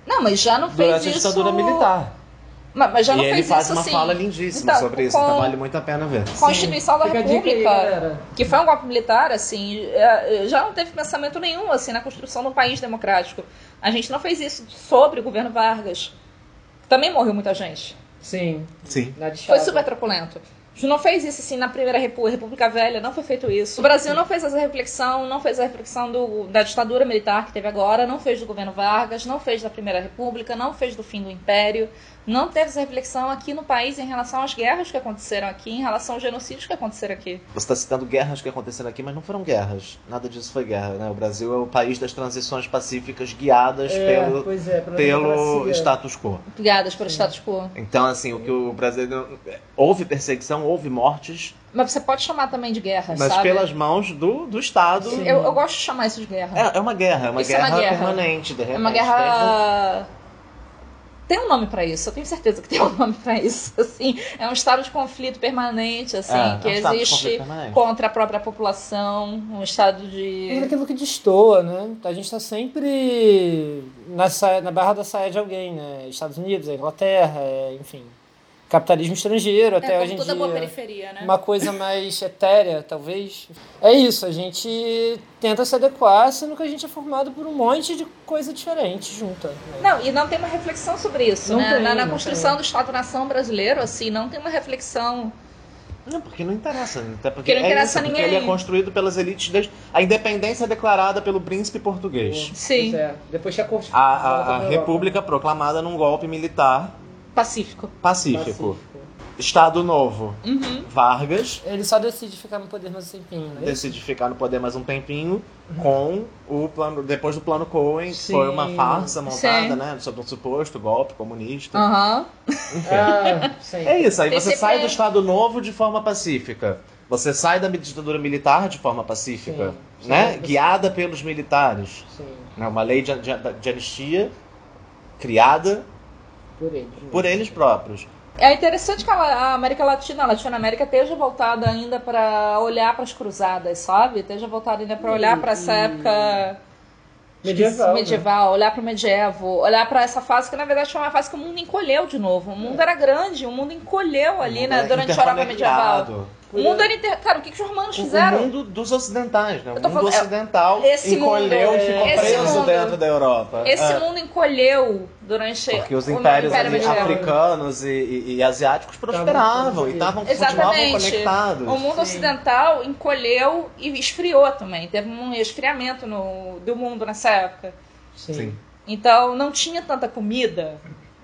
B: Não, mas já não fez
A: durante a
B: isso.
A: ditadura militar.
B: Ma- Mas, já
A: e
B: não
A: ele
B: fez
A: faz
B: isso
A: uma
B: assim.
A: fala lindíssima
B: Então,
A: sobre isso, então
B: com-
A: vale muito a pena ver.
B: Constituição da
C: Fica a dica aí,
B: República.
C: galera.
B: que foi um golpe militar, assim, é, já não teve pensamento nenhum, assim, na construção de um país democrático. A gente não fez isso sobre o governo Vargas. Também morreu muita gente.
C: Sim,
A: Sim.
C: na de
B: Foi
C: Chaves.
B: super truculento. A gente não fez isso, assim, na Primeira Repu- República Velha, não foi feito isso. O Brasil não fez essa reflexão, não fez a reflexão do- da ditadura militar que teve agora, não fez do governo Vargas, não fez da Primeira República, não fez do fim do Império, não teve essa reflexão aqui no país em relação às guerras que aconteceram aqui, em relação aos genocídios que aconteceram aqui.
A: Você está citando guerras que aconteceram aqui, mas não foram guerras. Nada disso foi guerra, né? O Brasil é o país das transições pacíficas guiadas
C: É,
A: pelo,
C: pois é, pela
A: pelo
C: democracia.
A: status quo.
B: Guiadas pelo status quo.
A: Então, assim, o que o Brasil. Houve perseguição, houve mortes,
B: Mas você pode chamar também de guerra,
A: mas
B: sabe?
A: pelas mãos do, do Estado.
C: Sim.
B: Eu, eu gosto de chamar isso de guerra.
A: É, é uma guerra, é uma,
B: Isso é uma
A: guerra,
B: guerra.
A: permanente, de repente. um
B: É uma guerra. Tem um nome pra isso, eu tenho certeza que tem um nome pra isso. Assim, é um estado de conflito permanente, assim,
A: É,
B: que
A: é um estado de conflito
B: existe
A: permanente.
B: contra a própria população, um estado
C: Mas
B: de.
C: aquilo que destoa, né? A gente tá sempre na, saia- na barra da saia de alguém, né? Estados Unidos, a Inglaterra, é, enfim. Capitalismo
B: É,
C: estrangeiro até hoje em dia.
B: periferia,
C: Uma coisa mais etérea, talvez. É isso, a gente tenta se adequar, sendo que a gente é formado por um monte de coisa diferente junta. né?
B: Não, e não tem uma reflexão sobre isso,
C: Não
B: né?
C: tem,
B: na, na
C: não
B: construção
C: tem.
B: do Estado-nação brasileiro, assim, não tem uma reflexão.
A: Não, porque não interessa. Até porque
B: Porque não
A: é isso,
B: interessa a
A: porque
B: ninguém.
A: ele é construído pelas elites. Desde... A independência é declarada pelo príncipe português.
C: Pois
B: Sim,
C: é, depois que a corte.
A: A, a- a
C: Europa.
A: república proclamada num golpe militar
B: pacífico.
C: tá
A: pacífico. Estado Novo,
B: Uhum.
A: Vargas.
C: Ele só decide ficar no poder mais um tempinho, né?
A: Decide ficar no poder mais um tempinho com o plano. Depois do plano Cohen, que
C: Sim.
A: foi uma farsa montada,
B: Sim.
A: né? Sobre um suposto golpe comunista.
B: Aham.
C: Ah, sim.
A: É isso, aí você
B: TCP.
A: sai do Estado Novo de forma pacífica. Você sai da ditadura militar de forma pacífica,
C: Sim,
A: né?
C: sim.
A: Guiada pelos militares.
C: Sim,
A: Né? Uma lei de, de, de anistia criada
C: por ele.
A: por eles próprios.
B: É interessante que a a América Latina, a Latinoamérica, esteja voltada ainda para olhar para as cruzadas, sabe? Esteja voltada ainda para olhar para essa
C: Hum.
B: época
C: Medieval. Né?
B: medieval, olhar para o medievo, olhar para essa fase que, na verdade, foi uma fase que o mundo encolheu de novo. O mundo era grande, o mundo encolheu ali né, durante a Europa medieval.
A: Interconectado.
B: O mundo é era. Inter... Cara, o que, que os romanos
A: O-
B: fizeram?
A: O mundo dos ocidentais, né? O
B: Eu tô
A: mundo
B: falando- é,
A: ocidental
B: esse
A: encolheu
B: mundo,
A: e ficou
B: esse
A: preso
B: mundo.
A: dentro da Europa.
B: Esse
A: É,
B: mundo encolheu durante
A: Porque os
B: o
A: impérios
B: Império
A: ali,
B: Medieval.
A: africanos e, e- e asiáticos prosperavam e estavam continuavam
B: Exatamente.
A: conectados.
B: O mundo
C: Sim.
B: ocidental encolheu e esfriou também. Teve um esfriamento no- do mundo nessa época.
C: Sim.
A: Sim.
B: Então não tinha tanta comida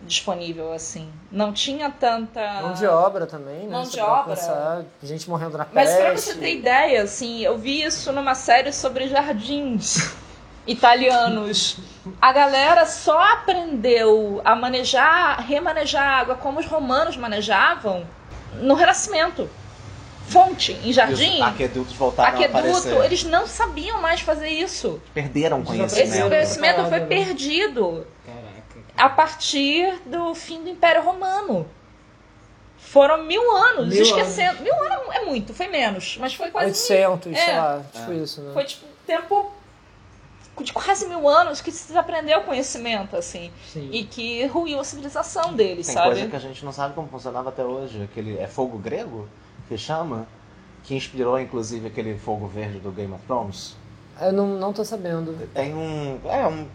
B: disponível assim. Não tinha tanta.
C: Mão de obra também, né?
B: Mão de
C: Você pode
B: obra.
C: pensar, gente morrendo na
B: Mas
C: peste.
B: pra você ter ideia, assim, eu vi isso numa série sobre jardins italianos. A galera só aprendeu a manejar, remanejar a água como os romanos manejavam no Renascimento. fonte em jardim,
A: Os aquedutos voltaram a
B: aqueduto,
A: aparecer.
B: eles não sabiam mais fazer isso.
A: Perderam
B: Esse
A: conhecimento.
C: Desapareceu.
B: conhecimento foi
C: Parada, né?
B: perdido
C: Caraca.
B: a partir do fim do Império Romano. Foram mil anos,
C: Mil
B: esquecendo. Mil anos é muito, foi menos, mas foi quase
C: 800, sei
B: É.
C: lá, tipo isso, né?
B: Foi tipo um tempo de quase mil anos que se desaprendeu o conhecimento, assim.
C: Sim.
B: E que ruiu a civilização deles,
A: Tem
B: sabe?
A: coisa que a gente não sabe como funcionava até hoje. Aquele, é fogo grego que chama? Que inspirou, inclusive, aquele fogo verde do Game of Thrones.
C: Eu não, não tô sabendo.
A: Tem um... É um,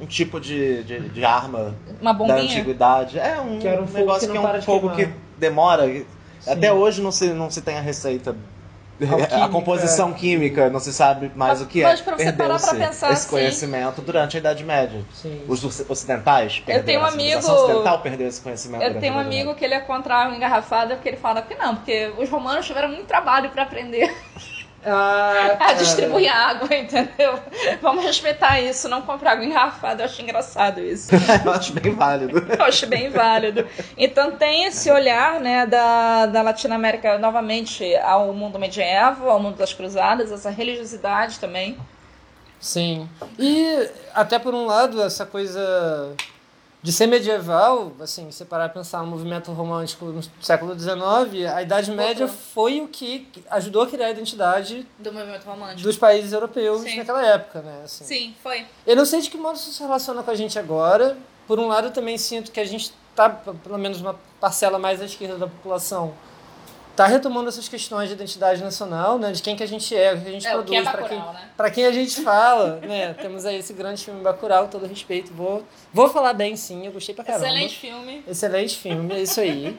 A: um tipo de, de, de arma
B: Uma
A: da
B: bombinha.
A: antiguidade. É um,
C: Que era um fogo que
A: negócio
C: não
A: que, é
C: para
A: um
C: de
A: fogo que
C: queimar.
A: demora. Até
C: Sim. É
A: hoje não se, não se tem a receita.
C: Alquímica.
A: A composição química, não se sabe mais
B: Mas-
A: o que é.
B: mas pra você parar pra
A: Perdeu-se
B: pensar
A: esse
B: assim-
A: conhecimento durante a Idade Média.
C: Sim.
A: Os oci- ocidentais perderam.
B: tenho um
A: a civilização
B: amigo-
A: ocidental perdeu esse conhecimento.
B: Eu
A: durante
B: tenho um
A: a Idade
B: amigo que ele é contra a água engarrafada porque ele fala que não, porque os romanos tiveram muito trabalho pra aprender
C: Ah,
B: a
C: cara.
B: distribuir água, entendeu? Vamos respeitar isso, não comprar água engarrafada. Eu acho engraçado isso.
A: Média. Eu acho bem válido.
B: Eu acho bem válido. Então tem esse olhar né, da, da Latinoamérica novamente ao mundo medieval, ao mundo das cruzadas, essa religiosidade também.
C: Sim. E até por um lado, essa coisa de ser medieval, assim, se você parar pra pensar no movimento romântico no século XIX, a Idade Média
B: Outra.
C: foi o que ajudou a criar a identidade
B: Do movimento romântico.
C: dos países europeus
B: Sim.
C: naquela época, né? Assim.
B: Sim, foi.
C: Eu não sei de que modo isso se relaciona com a gente agora. Por um lado, eu também sinto que a gente está, pelo menos uma parcela mais à esquerda da população, está retomando essas questões de identidade nacional, né? De quem que a gente é, o que a gente
B: É, o que
C: produz,
B: é
C: para quem,
B: Bacurau, né?
C: pra quem a gente fala, né? Temos aí esse grande filme Bacurau, todo respeito. Vou, vou falar bem, sim. Eu gostei pra caramba.
B: Excelente filme.
C: Excelente filme, é isso aí.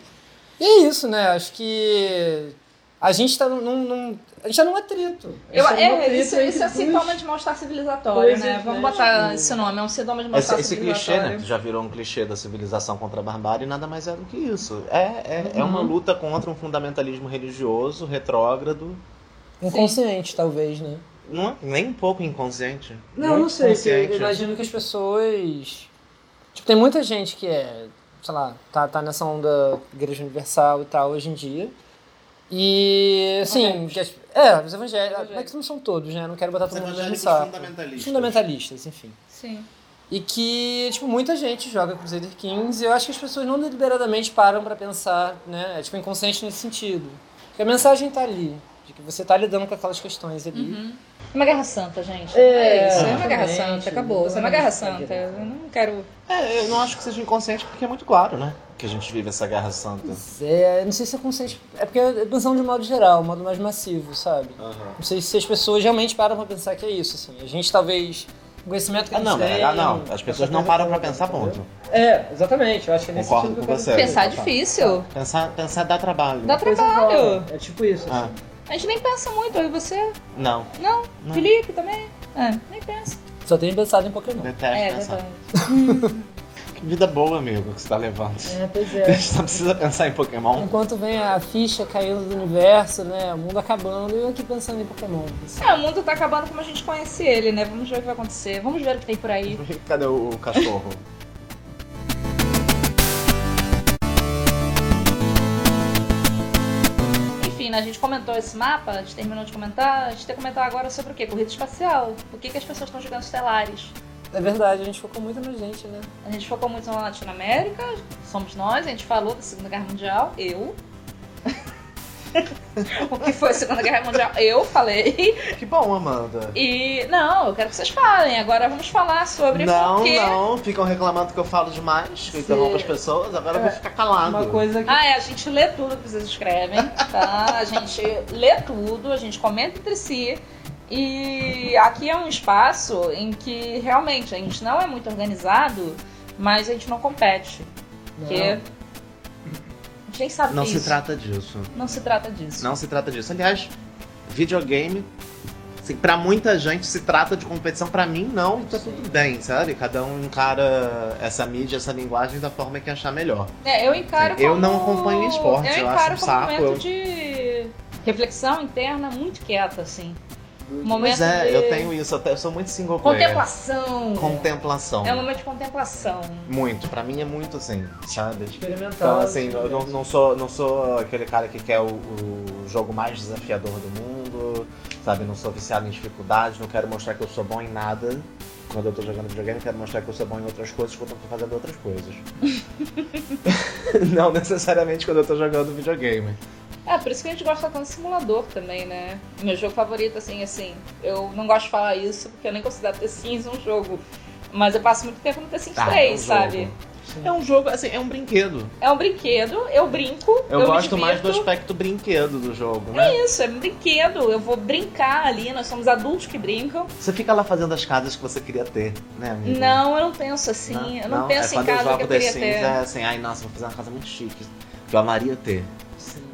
C: E é isso, né? Acho que a gente está num, num- a gente tá num atrito. A gente
B: Eu,
C: tá num
B: é,
C: atrito
B: isso, isso
C: entre
B: é
C: duas-
B: sintoma de mal-estar civilizatório,
C: Coisas,
B: né? Vamos
C: né?
B: botar
C: Tipo,
B: esse nome, é um sintoma de
A: Esse,
B: mal-estar
A: esse clichê, né?
B: civilizatório.
A: que Já virou um clichê da civilização contra a barbárie, nada mais é do que isso. É, é, é
B: Uhum.
A: uma luta contra um fundamentalismo religioso, retrógrado.
C: Inconsciente, talvez, né?
A: Não é nem um pouco inconsciente.
C: Não,
A: Muito
C: não sei. porque
A: consciente. é.
C: Eu imagino que as pessoas. Tipo, tem muita gente que é, sei lá, tá, tá nessa onda Igreja Universal e tal hoje em dia. E, assim, que as- é, os evangélicos.
B: Evangélicos.
C: Mas que não são todos, né? Não quero botar
A: Os
C: todo mundo no mesmo
A: evangélicos
C: saco.
A: fundamentalistas.
C: Fundamentalistas, enfim.
B: Sim.
C: E que, tipo, muita gente joga Crusader Kings e eu acho que as pessoas não deliberadamente param pra pensar, né? É, tipo, inconsciente nesse sentido. Porque a mensagem tá ali, de que você tá lidando com aquelas questões ali.
B: É Uma guerra santa, gente.
C: É,
B: isso. É uma guerra
C: exatamente,
B: santa, acabou. Isso é uma guerra santa.
C: exatamente.
B: Eu não quero.
A: É, eu não acho que seja inconsciente porque é muito claro, né? Que a gente vive essa guerra santa.
C: É, não sei se é consciente. É porque é pensando de modo geral, um modo mais massivo, sabe? Não sei se as pessoas realmente param pra pensar que é isso, assim. A gente talvez. O conhecimento que
A: Ah,
C: a gente
A: não,
C: tem,
A: ah,
B: um-
A: não. As pessoas não param pra pensar, ponto.
C: É, exatamente. Eu acho que é nesse
A: Concordo
C: sentido
A: com
C: que eu
A: você.
C: quero
B: Pensar é
A: tá, tá.
B: difícil.
A: Pensar, pensar dá trabalho.
B: Dá
C: dizer.
B: trabalho.
C: É tipo isso.
A: Ah,
B: A gente nem pensa muito. Eu e você?
A: não,
B: Não.
A: Não.
B: Felipe também? É, nem pensa.
A: Ah.
C: assim. Só tenho pensado em Pokémon.
A: detesto
B: é,
A: pensar.
B: verdade.
A: Que vida boa, amigo, que você tá levando.
C: É, pois
A: A
C: é.
A: gente só precisa pensar em Pokémon.
C: Enquanto vem a ficha caindo do universo, né? O mundo acabando, eu aqui pensando em Pokémon. assim.
B: É, o mundo tá acabando como a gente conhece ele, né? Vamos ver o que vai acontecer. Vamos ver o que tem por aí.
A: Cadê o cachorro?
B: Enfim, né, a gente comentou esse mapa, a gente terminou de comentar. A gente tem que comentar agora sobre o quê? Corrida espacial. Por que, que as pessoas estão jogando estelares?
C: É verdade, a gente focou muito na gente, né?
B: A gente focou muito na Latinoamérica, somos nós, a gente falou da Segunda Guerra Mundial, eu. o que foi a Segunda Guerra Mundial? Eu falei.
A: Que bom, Amanda.
B: E. Não, eu quero que vocês falem. Agora vamos falar sobre
A: Não,
B: por quê.
A: não, ficam reclamando que eu falo demais, que eu interrompo as pessoas, agora
B: É,
A: eu vou ficar calado.
C: Uma coisa que.
B: Ah, é, a gente lê tudo que vocês escrevem, tá? A gente lê tudo, a gente comenta entre si. E aqui é um espaço em que realmente a gente não é muito organizado, mas a gente não compete. Porque a gente nem sabe
A: Não
B: disso.
A: se trata disso.
B: Não se trata disso.
A: Não se trata disso. Aliás, videogame, assim, pra muita gente se trata de competição, pra mim não, tá tudo bem, sabe? Cada um encara essa mídia, essa linguagem da forma que achar melhor.
B: É, eu encaro
A: Eu
B: como-
A: não acompanho esportes,
B: eu
A: eu
B: encaro
A: acho um
B: como
A: saco,
B: momento
A: eu-
B: de reflexão interna muito quieta, assim. Momento
A: Pois é,
B: de
A: eu tenho isso, eu te- eu sou muito single player.
B: contemplação.
A: Contemplação.
B: É um momento de contemplação.
A: Muito, pra mim é muito assim, sabe?
C: Experimentar.
B: Tá,
A: Então, assim, eu
B: é.
A: não, não sou, não sou aquele cara que quer o, o jogo mais desafiador do mundo, sabe? Não sou viciado em dificuldades, não quero mostrar que eu sou bom em nada. Quando eu tô jogando videogame, quero mostrar que eu sou bom em outras coisas quando eu tô fazendo outras coisas. não necessariamente quando eu tô jogando videogame.
B: É, por isso que a gente gosta tanto de simulador também, né? Meu jogo favorito, assim, assim, eu não gosto de falar isso porque eu nem considero The Sims um jogo. Mas eu passo muito tempo no The Sims
A: Tá,
B: 3,
A: é um
B: sabe?
A: jogo. É um jogo, assim, é um brinquedo.
B: É um brinquedo, eu brinco, eu,
A: Eu, gosto
B: me
A: mais do
B: divirto.
A: aspecto brinquedo do jogo, né?
B: Isso, é um brinquedo, eu vou brincar ali, nós somos adultos que brincam.
A: Você fica lá fazendo as casas que você queria ter, né, amigo?
B: Não, eu não penso assim,
A: Né?
B: eu
A: É
B: não, penso em casa que eu queria
A: Sims,
B: ter.
A: É assim, ai nossa, vou fazer uma casa muito chique. Que eu amaria ter.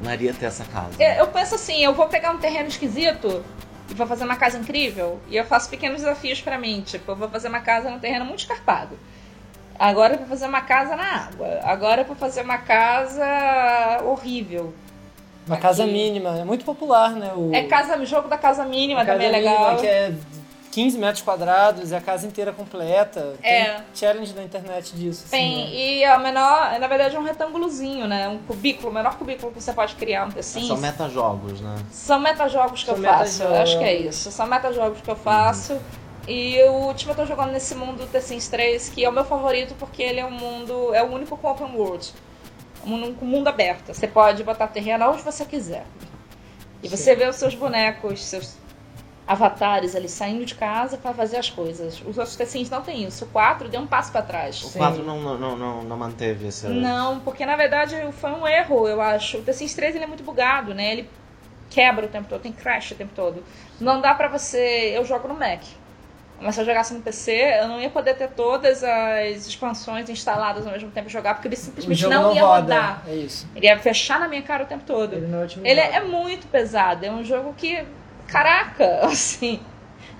A: Amaria ter essa casa.
B: É, Eu penso assim, eu vou pegar um terreno esquisito e vou fazer uma casa incrível. E eu faço pequenos desafios pra mim. Tipo, eu vou fazer uma casa num terreno muito escarpado. Agora eu vou fazer uma casa na água. Agora eu vou fazer uma casa horrível.
C: Uma casa
B: Aqui.
C: mínima. É muito popular, né? O...
B: É casa, jogo da casa mínima
C: a casa
B: também é
C: mínima,
B: legal.
C: que é 15 metros quadrados e a casa inteira completa.
B: É.
C: Tem challenge na internet disso.
B: Tem,
C: assim,
B: e é o menor, na verdade é um retângulozinho, né? Um cubículo, o menor cubículo que você pode criar um The Sims.
A: São metajogos, né?
B: São metajogos que
C: São
B: eu faço, eu
C: metajogos.
B: acho que é isso. São metajogos que eu faço. E o último eu tô jogando nesse mundo The Sims 3, que é o meu favorito porque ele é um mundo. é o único com open world. Um mundo- um mundo aberto. Você pode botar terreno onde você quiser. E você vê os seus bonecos, seus avatares ali saindo de casa pra fazer as coisas. Os outros The Sims não tem isso. O 4 deu um passo pra trás.
A: O 4 não, não, não, não, não manteve esse.
B: Não, porque na verdade foi um erro, eu acho. O The Sims 3 ele é muito bugado, né? Ele quebra o tempo todo, tem crash o tempo todo. Não dá pra você. Eu jogo no Mac. Mas se eu jogasse no PC, eu não ia poder ter todas as expansões instaladas ao mesmo tempo e jogar, porque ele
C: né? O
B: simplesmente
C: jogo
B: tipo, não,
C: não
B: ia
C: roda.
B: rodar.
C: É isso.
B: Ele ia fechar na minha cara o tempo todo.
C: Ele não é otimizado.
B: Ele é muito pesado, é um jogo que. Caraca, assim.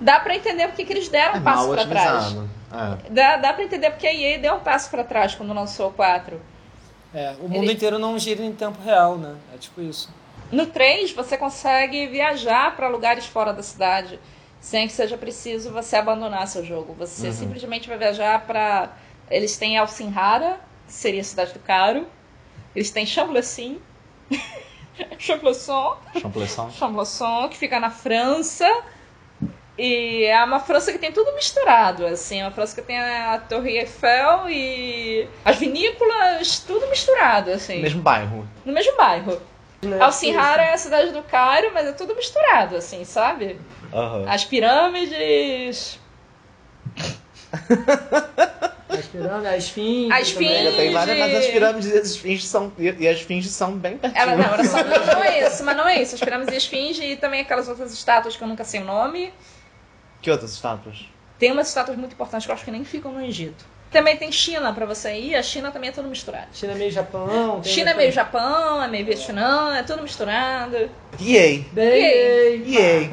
B: Dá pra entender porque que eles deram
A: É
B: um
A: mal
B: passo pra trás.
A: otimizado. É.
B: Dá, dá pra entender porque a EA deu um passo pra trás quando lançou o 4.
C: É, o mundo
B: Ele-
C: inteiro não gira em tempo real, né? É tipo isso.
B: No 3, você consegue viajar para lugares fora da cidade, sem que seja preciso você abandonar seu jogo. Você
A: Uhum.
B: simplesmente vai viajar para. Eles têm Alcinhara, que seria a cidade do Caro. Eles têm Chamblessin. Chamblesson.
A: Champleçon.
B: Chamblesson, que fica na França. E é uma França que tem tudo misturado, assim. É uma França que tem a Torre Eiffel e as vinícolas, tudo misturado, assim.
A: Mesmo bairro.
B: No mesmo bairro.
C: Né?
B: Alcinhara é a cidade do Cairo, mas é tudo misturado, assim, sabe?
A: Aham.
B: As pirâmides,
C: As pirâmides, as fins.
B: As
A: Ainda
B: esfinge.
A: Tem várias, mas as pirâmides e as esfinges são, e, e as esfinges são bem pertinho.
B: Ela, não, era só, não, não é isso, mas não é isso. As pirâmides e a esfinge e também aquelas outras estátuas que eu nunca sei o nome.
A: Que outras estátuas?
B: Tem umas estátuas muito importantes que eu acho que nem ficam no Egito. Também tem China pra você ir, a China também é tudo misturado.
C: China é meio Japão. tem né,
B: China é
C: muita-
B: meio Japão, é meio Vietnã, é tudo misturado.
A: EA.
C: Bem,
A: EA.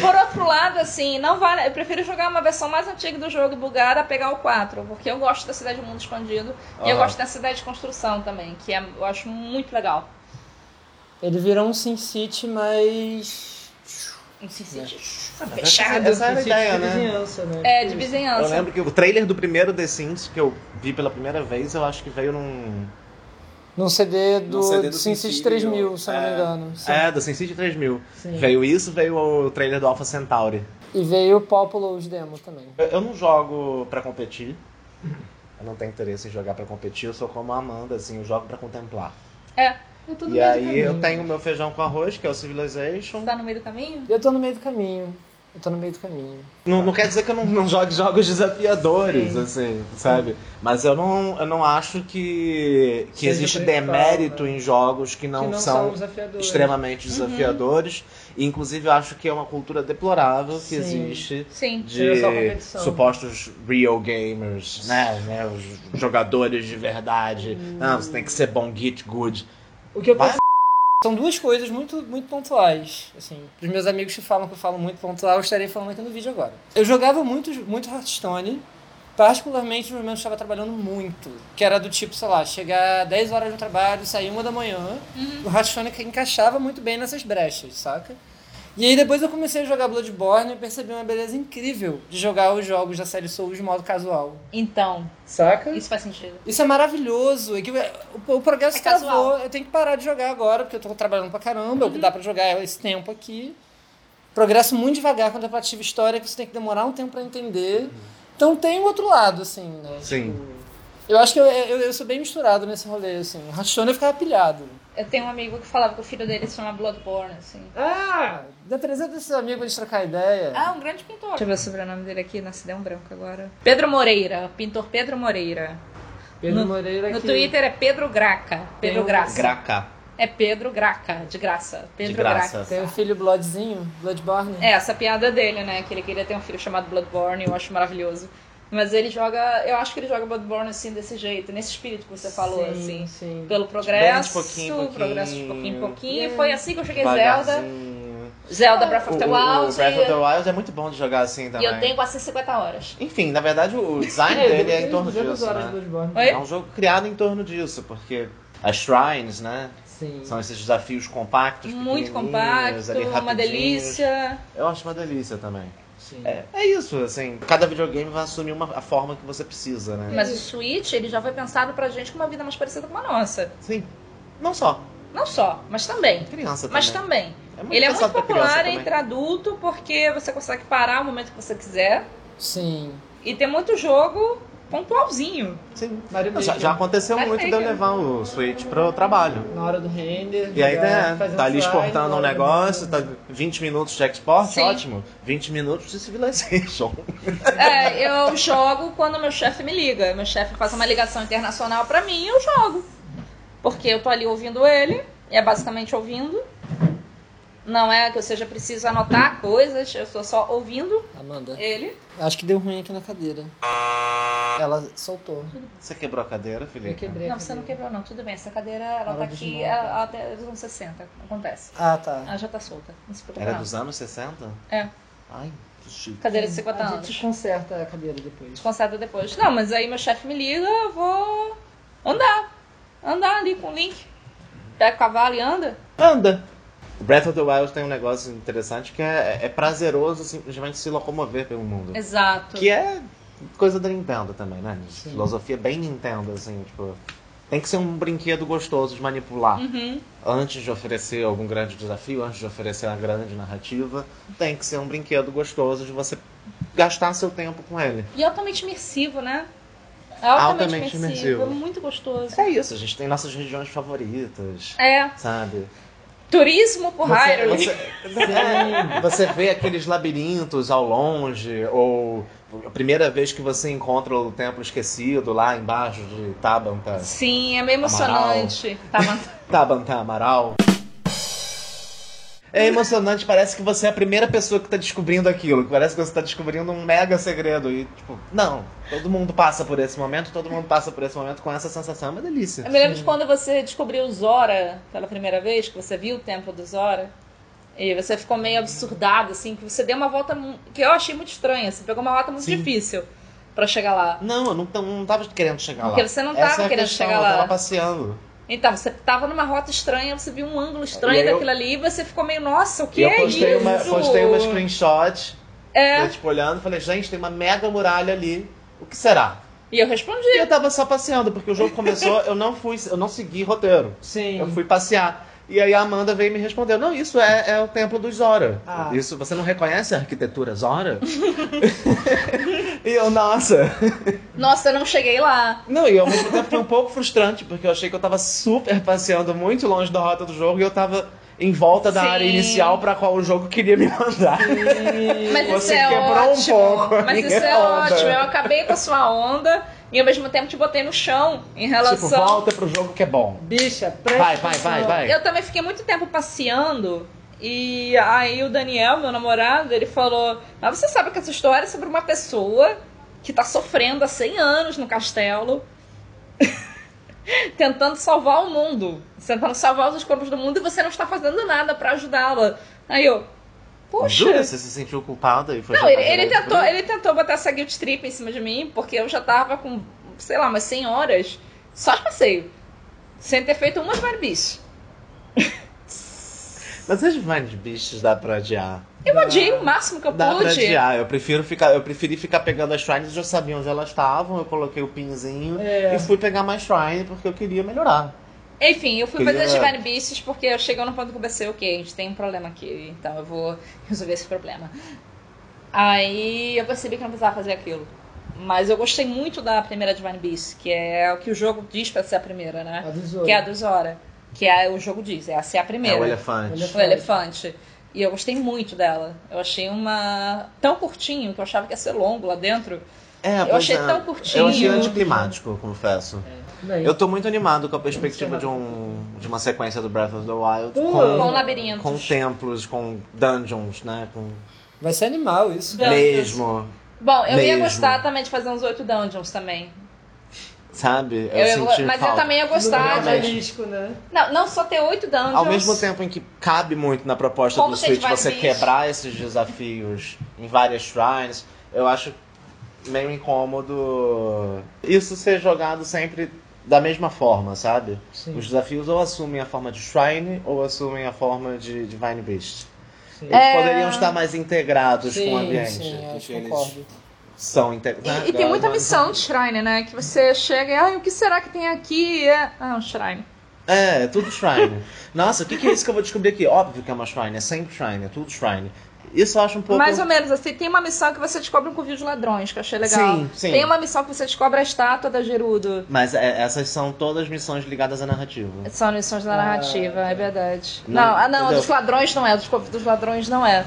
B: Por outro lado, assim, não vale. Eu prefiro jogar uma versão mais antiga do jogo e bugada a pegar o 4, porque eu gosto da cidade do mundo expandido e eu
A: Aham.
B: gosto da cidade de construção também, que é- eu acho muito legal.
C: Ele virou um Sin City, mas.
B: Um Sin
C: É.
B: City
A: Essa,
B: fechado.
A: essa era a ideia,
C: de
A: né?
C: vizinhança, é né?
B: É, de
C: Tipo isso.
B: vizinhança.
A: Eu lembro que o trailer do primeiro The Sims que eu vi pela primeira vez, eu acho que veio num.
C: Num CD
A: Num
C: do,
A: CD do
C: do Sin City
A: City,
C: 3000, se eu não
A: é.
C: me engano. Sim.
A: É, do SimCity 3000.
C: Sim.
A: Veio isso, veio o trailer do Alpha Centauri.
C: E veio o Populous Demo também.
A: Eu- Eu não jogo pra competir. Eu não tenho interesse em jogar pra competir. Eu sou como a Amanda, assim, eu jogo pra contemplar.
B: É, eu tô no
A: e
B: meio
A: aí
B: do
A: eu tenho meu feijão com arroz, que é o Civilization.
B: caminho. Tá no meio do caminho?
C: Eu tô no meio do caminho. Eu tô no meio do caminho.
A: Não, não quer dizer que eu não, não jogue jogos desafiadores, assim, sabe? Mas eu não, eu não acho que, que
C: Seja
A: existe
C: principal,
A: demérito
C: né?
A: em jogos que não,
C: que não Uhum.
A: são
C: desafiadores.
A: extremamente desafiadores. E, inclusive, eu acho que é uma cultura deplorável que
C: Sim.
A: existe
B: Sim.
A: de
C: Só competição.
A: supostos real gamers, né? né, Os jogadores de verdade.
B: Hum.
A: Ah, você tem que ser bom, get good.
C: O que eu
A: Vai-
C: penso são duas coisas muito, muito pontuais. Assim, os meus amigos que falam que eu falo muito pontual, eu estarei falando aqui no vídeo agora. Eu jogava muito, muito Hearthstone, particularmente nos momentos que eu estava trabalhando muito. Que era do tipo, sei lá, chegar 10 horas no trabalho, sair uma da manhã. O Hearthstone encaixava muito bem nessas brechas, saca? E aí depois eu comecei a jogar Bloodborne e percebi uma beleza incrível de jogar os jogos da série Souls de modo casual.
B: Então,
C: Saca?
B: isso faz sentido.
C: Isso é maravilhoso. É que o, o progresso
B: É casual. Uhum.
C: travou. Eu tenho que parar de jogar agora, porque eu tô trabalhando pra caramba. O que dá pra jogar é esse tempo aqui. Progresso muito devagar quando é pra ativa história, que você tem que demorar um tempo pra entender. Então tem o outro lado, assim, né?
A: Sim.
C: Tipo, eu acho que eu, eu, eu sou bem misturado nesse rolê, assim. O Rachona ficava pilhado.
B: Eu tenho um amigo que falava que o filho dele se chama Bloodborne, assim.
C: Ah! Dá apresenta esses amigos pra gente trocar ideia.
B: Ah, um grande pintor. Deixa eu ver o sobrenome dele aqui, nossa, deu um branco agora. Pedro Moreira, pintor Pedro Moreira.
C: Pedro
B: no-
C: Moreira
B: No
C: que-
B: Twitter é Pedro Graca. Pedro
C: Tem um-
B: Graça.
A: Graca.
B: É Pedro Graca, de graça. Pedro
A: graça.
C: Tem um filho Bloodzinho, Bloodborne.
B: É, essa piada dele, né? Que ele queria ter um filho chamado Bloodborne, eu acho maravilhoso. Mas ele joga. Eu acho que ele joga Bloodborne assim, desse jeito, nesse espírito que você falou,
C: Sim,
B: assim.
C: Sim.
B: Pelo progresso,
A: pouquinho em pouquinho. É.
B: progresso de pouquinho em pouquinho.
C: Yeah.
B: E foi assim que eu cheguei em Zelda.
A: Devagarzinho.
B: Zelda Breath of the
A: O- o- O
B: Wild.
A: Breath of the Wild é muito bom de jogar assim
B: e
A: também.
B: eu tenho quase 50 horas.
A: Enfim, na verdade o design dele é em torno disso, né?
B: Oi?
A: É um jogo criado em torno disso, porque as shrines, né?
C: Sim.
A: São esses desafios compactos, pequenininhos,
B: Muito compacto,
A: ali
B: uma
A: rapidinhos.
B: delícia.
A: Eu acho uma delícia também.
C: Sim.
A: É, é isso, assim. Cada videogame vai assumir uma, a forma que você precisa, né?
B: Mas o Switch, ele já foi pensado pra gente com uma vida mais parecida com a nossa.
A: Sim. Não só.
B: Não só, mas também.
A: Criança
B: Mas
A: também.
B: também.
A: muito
B: Ele é muito
A: pensado pra criança
B: popular
A: também.
B: entre adulto porque você consegue parar o momento que você quiser.
C: Sim.
B: E tem muito jogo pontualzinho.
A: Sim.
C: Mario
A: Já,
C: Maker.
A: já aconteceu
B: Mas
A: muito
B: tem
A: de eu
B: que-
A: levar o Switch pro trabalho.
C: Na hora do render.
A: E aí,
C: jogar,
A: né,
C: fazer
A: tá
C: um
A: ali
C: slide,
A: exportando um
C: logo,
A: negócio,
C: né?
A: tá 20 minutos de export,
B: Sim.
A: ótimo. 20 minutos de Civilization.
B: É, eu jogo quando meu chefe me liga. Meu chefe faz uma ligação internacional pra mim e eu jogo. Porque eu tô ali ouvindo ele, e é basicamente ouvindo. Não é que eu seja preciso anotar coisas, eu estou só ouvindo
A: tá-
C: Amanda,
B: ele.
C: acho que deu ruim aqui na cadeira. Ela soltou.
A: Você quebrou a cadeira, Felipe?
C: Eu quebrei. a
B: Não, você não
C: cadeira.
B: quebrou, não. Tudo bem, essa cadeira, ela
C: Ela
B: tá
C: é dos
B: aqui,
C: novos.
B: ela, ela até dos anos 60. Acontece.
C: Ah, tá.
B: Ela já tá solta. Não se preocupa,
A: Era
B: não.
A: dos anos 60?
B: É.
A: Ai, que chique.
B: Cadeira de 50
C: a
B: anos.
C: gente conserta a cadeira depois.
B: Desconcerta depois. Não, mas aí meu chefe me liga, eu vou andar. Andar ali com o link. Pega o cavalo e anda.
A: Anda! O Breath of the Wild tem um negócio interessante que é, é prazeroso simplesmente se locomover pelo mundo.
B: Exato.
A: Que é coisa da Nintendo também, né?
C: Sim.
A: Filosofia bem Nintendo, assim, tipo. Tem que ser um brinquedo gostoso de manipular.
B: Uhum.
A: Antes de oferecer algum grande desafio, antes de oferecer uma grande narrativa, tem que ser um brinquedo gostoso de você gastar seu tempo com ele.
B: E altamente imersivo, né? É
A: Altamente imersivo.
B: É muito gostoso.
A: É isso, a gente tem nossas regiões favoritas,
B: É.
A: sabe?
B: Turismo por
A: Você,
B: Hyrule.
A: você, é, você vê aqueles labirintos ao longe, ou a primeira vez que você encontra o templo esquecido lá embaixo de Tabanta,
B: Sim, é meio emocionante. Tá matando.
A: Tabanta Amaral. É emocionante, parece que você é a primeira pessoa que tá descobrindo aquilo. que Parece que você tá descobrindo um mega segredo. E, tipo, não, todo mundo passa por esse momento, todo mundo passa por esse momento com essa sensação. É uma delícia.
B: Eu me lembro de quando você descobriu Zora pela primeira vez, que você viu o templo do Zora. E você ficou meio absurdado, assim, que você deu uma volta mu- que eu achei muito estranha. Você pegou uma rota muito
A: Sim.
B: difícil pra chegar lá.
A: Não, eu não, t- não tava querendo chegar lá.
B: Porque você não
A: Essa
B: tava
A: é a
B: querendo
A: questão,
B: chegar
A: eu
B: lá.
A: tava passeando.
B: Então, você tava numa rota estranha, você viu um ângulo
A: E
B: estranho
A: aí eu-
B: daquilo ali e você ficou meio, nossa, o que
A: E eu
B: é
A: postei
B: isso?
A: uma, postei uma screenshot,
B: É.
A: eu tipo olhando, falei, gente, tem uma mega muralha ali. O que será?
B: E eu respondi.
A: E eu tava só passeando, porque o jogo começou, eu não fui, eu não segui roteiro.
C: Sim.
A: Eu fui passear. E aí a Amanda veio e me respondeu: Não, isso é, é o templo dos Zora.
C: Ah.
A: Isso, você não reconhece a arquitetura Zora? e eu, nossa.
B: Nossa, eu não cheguei lá.
A: Não, e ao mesmo tempo foi um pouco frustrante, porque eu achei que eu tava super passeando muito longe da rota do jogo e eu tava em volta da
B: Sim.
A: área inicial pra qual o jogo queria me mandar. Tipo,
B: Mas
A: Você
B: isso é
A: quebrou um
B: ótimo.
A: pouco a
B: Mas isso
A: minha
B: é
A: onda.
B: ótimo. Eu acabei com a sua onda e ao mesmo tempo te botei no chão em
A: Tipo,
B: relação.
A: volta pro jogo que é bom.
C: Bicha, presta
A: Vai, vai, vai,
C: atenção.
A: vai.
B: Eu também fiquei muito tempo passeando. E aí o Daniel, meu namorado, ele falou: Mas você sabe que essa história é sobre uma pessoa que tá sofrendo há 100 anos no castelo. Tentando salvar o mundo. Tentando salvar os corpos do mundo e você não está fazendo nada pra ajudá-la. Aí eu. Poxa.
A: Jura? Você se sentiu culpada e foi
B: Não,
A: jogar
B: ele, ele
A: direto por
B: tentou,
A: aí?
B: ele tentou botar essa guilt trip em cima de mim, porque eu já tava com, sei lá, umas 100 horas só de passeio. Sem ter feito umas barbies.
A: Mas as Mind Beasts dá pra adiar.
B: Eu adiei o máximo que eu
A: Dá pra
B: pude.
A: adiar. Eu prefiro ficar, eu preferi ficar pegando as shrines, eu já sabia onde elas estavam, eu coloquei o pinzinho
E: É.
A: e fui pegar mais shrine porque eu queria melhorar.
B: Enfim, eu fui fazer as
A: Queria-
B: Divine Beasts porque eu cheguei no ponto que eu pensei, ok, a gente tem um problema aqui, então eu vou resolver esse problema. Aí eu percebi que eu não precisava fazer aquilo. Mas eu gostei muito da primeira Divine Beast, que é o que o jogo diz pra ser a primeira, né?
E: A do Zoro.
B: Que é a do Zora. Que é o jogo diz, é a ser a primeira.
A: É o elefante.
B: o elefante. E eu gostei muito dela. Eu achei uma. tão curtinho que eu achava que ia ser longo lá dentro.
A: É,
B: eu
A: pois
B: achei
A: é.
B: tão curtinho. É.
A: Eu achei anticlimático, eu confesso.
E: Bem,
A: Eu tô muito animado com a perspectiva de, um, de uma sequência do Breath of the Wild
E: Uh,
B: Com um
A: com,
B: labirintos.
A: com templos, com dungeons, né? Com
E: Vai ser animal isso.
B: Dungeons.
A: mesmo,
B: Bom, eu ia
A: Mesmo.
B: gostar também de fazer uns oito dungeons também.
A: sabe? Eu,
B: Eu ia go-
A: senti
B: mas eu
A: falta.
B: também ia
E: Lugar
B: gostar
C: é
B: de.
E: Jalisco, né?
B: Não, não só ter oito dungeons.
A: Ao mesmo tempo em que cabe muito na proposta
B: Como
A: do
B: você
A: Switch
B: vai
A: você
B: ver
A: quebrar esses desafios em várias shrines, eu acho meio incômodo isso ser jogado sempre da mesma forma, sabe?
E: Sim.
A: Os desafios ou assumem a forma de shrine ou assumem a forma de Divine Beast.
E: Sim.
A: Eles
B: É.
A: poderiam estar mais integrados
E: Sim,
A: com o ambiente.
E: sim, acho
A: do
C: é,
A: que
E: que
A: eles
E: concordo.
A: são integrados.
B: E, e tem muita missão de shrine, né? Que você chega e, ai, o que será que tem aqui? É... Ah, um shrine.
A: É, é tudo shrine. Nossa, o que, que é isso que eu vou descobrir aqui? Óbvio que é uma shrine, é sempre shrine, é tudo shrine. Isso eu acho um pouco.
B: Mais ou menos assim. Tem uma missão que você descobre um covil de ladrões, que eu achei legal.
A: Sim, sim.
B: Tem uma missão que você descobre a estátua da Gerudo.
A: Mas é, essas são todas missões ligadas à narrativa.
B: São missões da
E: Ah,
B: narrativa, é verdade.
A: Não,
B: Não, ah, não, a
A: entendeu?
B: dos ladrões não é. a Dos covil dos ladrões não é.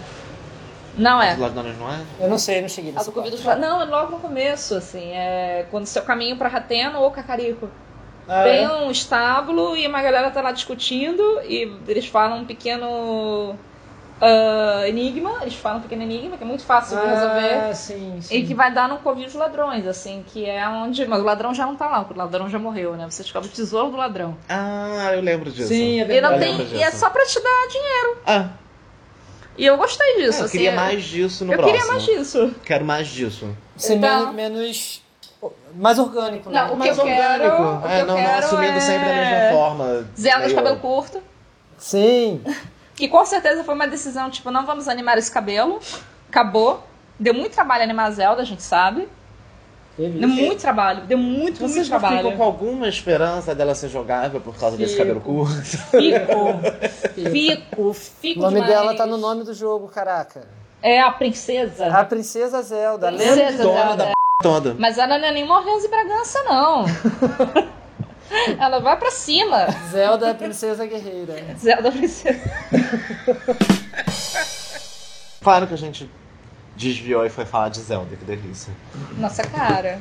B: Não é.
A: Os ladrões não é?
E: Eu não sei, não cheguei
B: A
E: nessa
B: do Covid
E: parte.
B: dos ladrões. Não, é logo no começo, assim. É quando seu caminho pra Ratena ou Cacarico.
E: Ah,
B: Tem
E: é?
B: um estábulo e uma galera tá lá discutindo e eles falam um pequeno ah, enigma, eles falam um pequeno enigma, que é muito fácil de resolver.
E: Ah, sim, sim.
B: E que vai dar num covil de ladrões, assim, que é onde. Mas o ladrão já não tá lá, o ladrão já morreu, né? Você descobre o tesouro do ladrão.
A: Ah, eu lembro disso.
E: Sim, é
B: E, não
A: Eu
E: verdade.
B: tem,
A: lembro
B: e é
A: disso.
B: só pra te dar dinheiro.
A: Ah,
B: E eu gostei
A: é,
B: disso,
A: eu
B: assim.
A: queria mais disso no
B: eu
A: próximo.
B: queria mais disso.
A: Quero mais disso.
E: Ser
B: Então-
E: men- menos, Mais orgânico, né?
B: Não, o que
A: mais
B: eu quero. o que
A: é,
B: eu
A: não, não
B: quero
A: assumindo
B: é...
A: sempre a mesma forma.
B: Zelda de
A: meio-
B: cabelo curto.
E: Sim.
B: E com certeza foi uma decisão, tipo, não vamos animar esse cabelo. Acabou. Deu muito trabalho animar a Zelda, a gente sabe. Deu muito trabalho. Deu muito, muito
A: Vocês não
B: trabalho.
A: ficam com alguma esperança dela ser jogável por causa desse
E: Fico.
A: cabelo curto?
B: Fico. Fico. Fico
E: O nome
B: demais.
E: dela tá no nome do jogo, caraca.
B: É a princesa.
E: A Princesa Zelda.
B: Princesa
E: Lembra?
A: Dona da p toda.
B: Mas ela não é nenhuma Orleans e Bragança, não. ela vai pra cima.
E: Zelda é a Princesa Guerreira.
B: Zelda princesa.
A: Claro que a gente desviou e foi falar de Zelda, que delícia.
B: Nossa cara.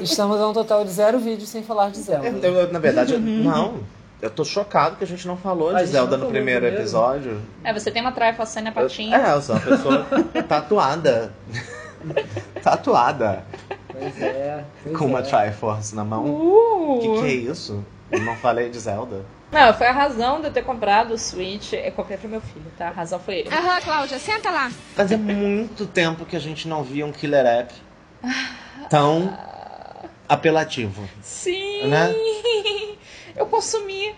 E: Estamos a um total de zero vídeos sem falar de
B: Uhum.
A: Eu-
E: Zelda.
A: eu- na verdade, eu- não. Eu tô chocado que a gente não falou
E: A
A: de
E: gente
A: Zelda
E: não
A: no
E: falou
A: primeiro
E: primeiro.
A: episódio.
B: É, você tem uma traifaçane na patinha.
A: É, eu sou uma pessoa tatuada. tatuada.
E: Pois é. pois
A: Com uma
E: é.
A: Triforce na mão.
B: Uh!
A: Que que é isso? Eu não falei de Zelda.
B: Não, foi a razão de eu ter comprado o Switch. Eu comprei pro meu filho, tá? A razão foi ele.
F: Aham, Cláudia, senta lá.
A: Fazia muito tempo que a gente não via um killer app
B: Ah.
A: tão apelativo,
B: Sim!
A: né?
B: Eu consumi. Eu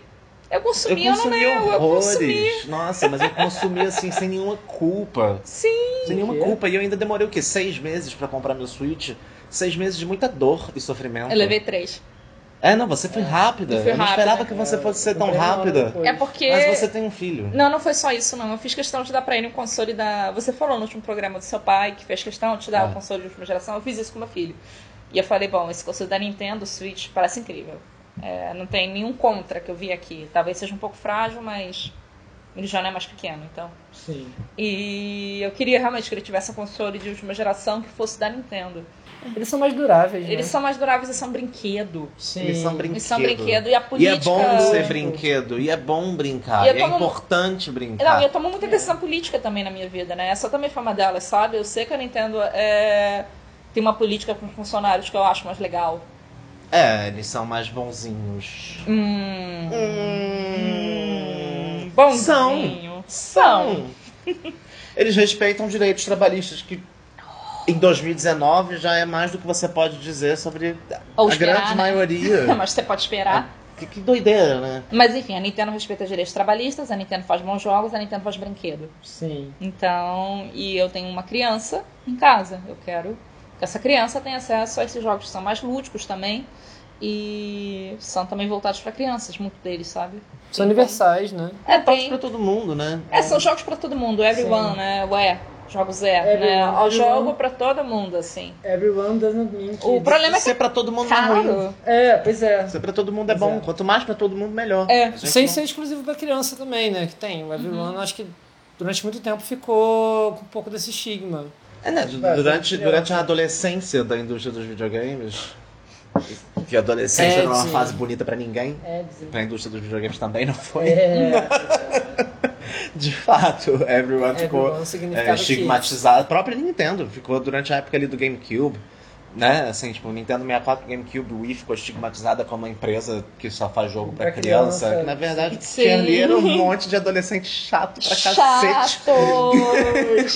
A: Eu
B: consumi, eu, não
A: consumi
B: nego, eu consumi.
A: horrores. Nossa, mas eu consumi assim, sem nenhuma culpa.
B: Sim,
A: Sem nenhuma
E: quê?
A: culpa. E eu ainda demorei o quê? Seis meses pra comprar meu Switch? Seis meses de muita dor e sofrimento.
B: eu levei três.
A: É, não, você foi rápida.
B: Eu fui
A: eu não
B: rápida.
A: esperava que você fosse ser tão
E: Comprei uma hora
A: rápida.
E: depois.
B: É porque.
A: Mas você tem um filho.
B: Não, não foi só isso, não. Eu fiz questão de dar pra ele um console da. Você falou no último programa do seu pai que fez questão de te dar
A: Ah.
B: um console de última geração. Eu fiz isso com meu filho. E eu falei, bom, esse console da Nintendo Switch parece incrível. É, não tem nenhum contra que eu vi aqui. Talvez seja um pouco frágil, mas ele já não é mais pequeno, então.
E: Sim.
B: E eu queria realmente que ele tivesse um console de última geração que fosse da Nintendo.
E: Eles são mais duráveis, né?
B: Eles são mais duráveis e são brinquedo.
E: Sim.
A: Eles são brinquedo.
B: Eles são brinquedo. E a
A: E
B: política.
A: é bom ser
E: Política.
A: brinquedo. E é bom brincar.
B: E eu
A: E é
B: tomo-
A: importante
B: Não,
A: brincar.
B: e eu tomo muita decisão política também na minha vida, né? Essa também foi uma delas, sabe? Eu sei que a Nintendo é... tem uma política com os funcionários que eu acho mais legal.
A: É, eles são mais bonzinhos.
B: Hum.
A: Hum.
B: Bonzinho. São.
A: Eles respeitam direitos trabalhistas que em 2019 já é mais do que você pode dizer sobre
B: Ou
A: a
B: esperar,
A: grande
B: né?
A: maioria.
B: Mas você pode esperar.
A: Que, que doideira, né?
B: Mas enfim, a Nintendo respeita direitos trabalhistas, a Nintendo faz bons jogos, a Nintendo faz brinquedo.
C: Sim.
B: Então, e eu tenho uma criança em casa. Eu quero que essa criança tenha acesso a esses jogos que são mais lúdicos também. E são também voltados para crianças, muito deles, sabe?
C: São universais, né?
B: É,
A: Pode
B: tem.
A: pra todo mundo, né?
B: É, são jogos pra todo mundo, everyone,
C: Sim.
B: né? Ué, jogos é, né?
C: Everyone,
B: O jogo
C: everyone.
B: pra todo mundo, assim.
C: Everyone doesn't mean que...
B: O problema é que
A: Ser pra todo mundo
B: é
A: não é ruim.
B: caro.
C: É, pois é.
A: Ser pra todo mundo é
C: Pois
A: bom.
C: é.
A: Quanto mais pra todo mundo, melhor.
B: É.
A: A gente Uhum.
C: Sem
A: não-
C: ser exclusivo pra criança também, né? Que tem. O Everyone, acho que durante muito tempo ficou com um pouco desse estigma.
A: É, né? Du-
C: É,
A: Durante,
C: é.
A: durante a adolescência da indústria dos videogames, que a adolescência
C: É,
A: não é uma
C: sim.
A: fase bonita pra ninguém,
C: É, dizer.
A: pra indústria dos videogames também não foi.
C: É,
A: De fato, everyone ficou
C: Everyone
A: é,
C: significava que...
A: estigmatizada. A própria Nintendo ficou durante a época ali do GameCube, né? Assim, tipo, Nintendo 64, GameCube, Wii ficou estigmatizada como uma empresa que só faz jogo pra
C: Pra
A: criança.
C: criança.
A: Que na verdade o que
B: Sim.
A: tinha ali era um monte de adolescente chato pra cacete.
B: Chato!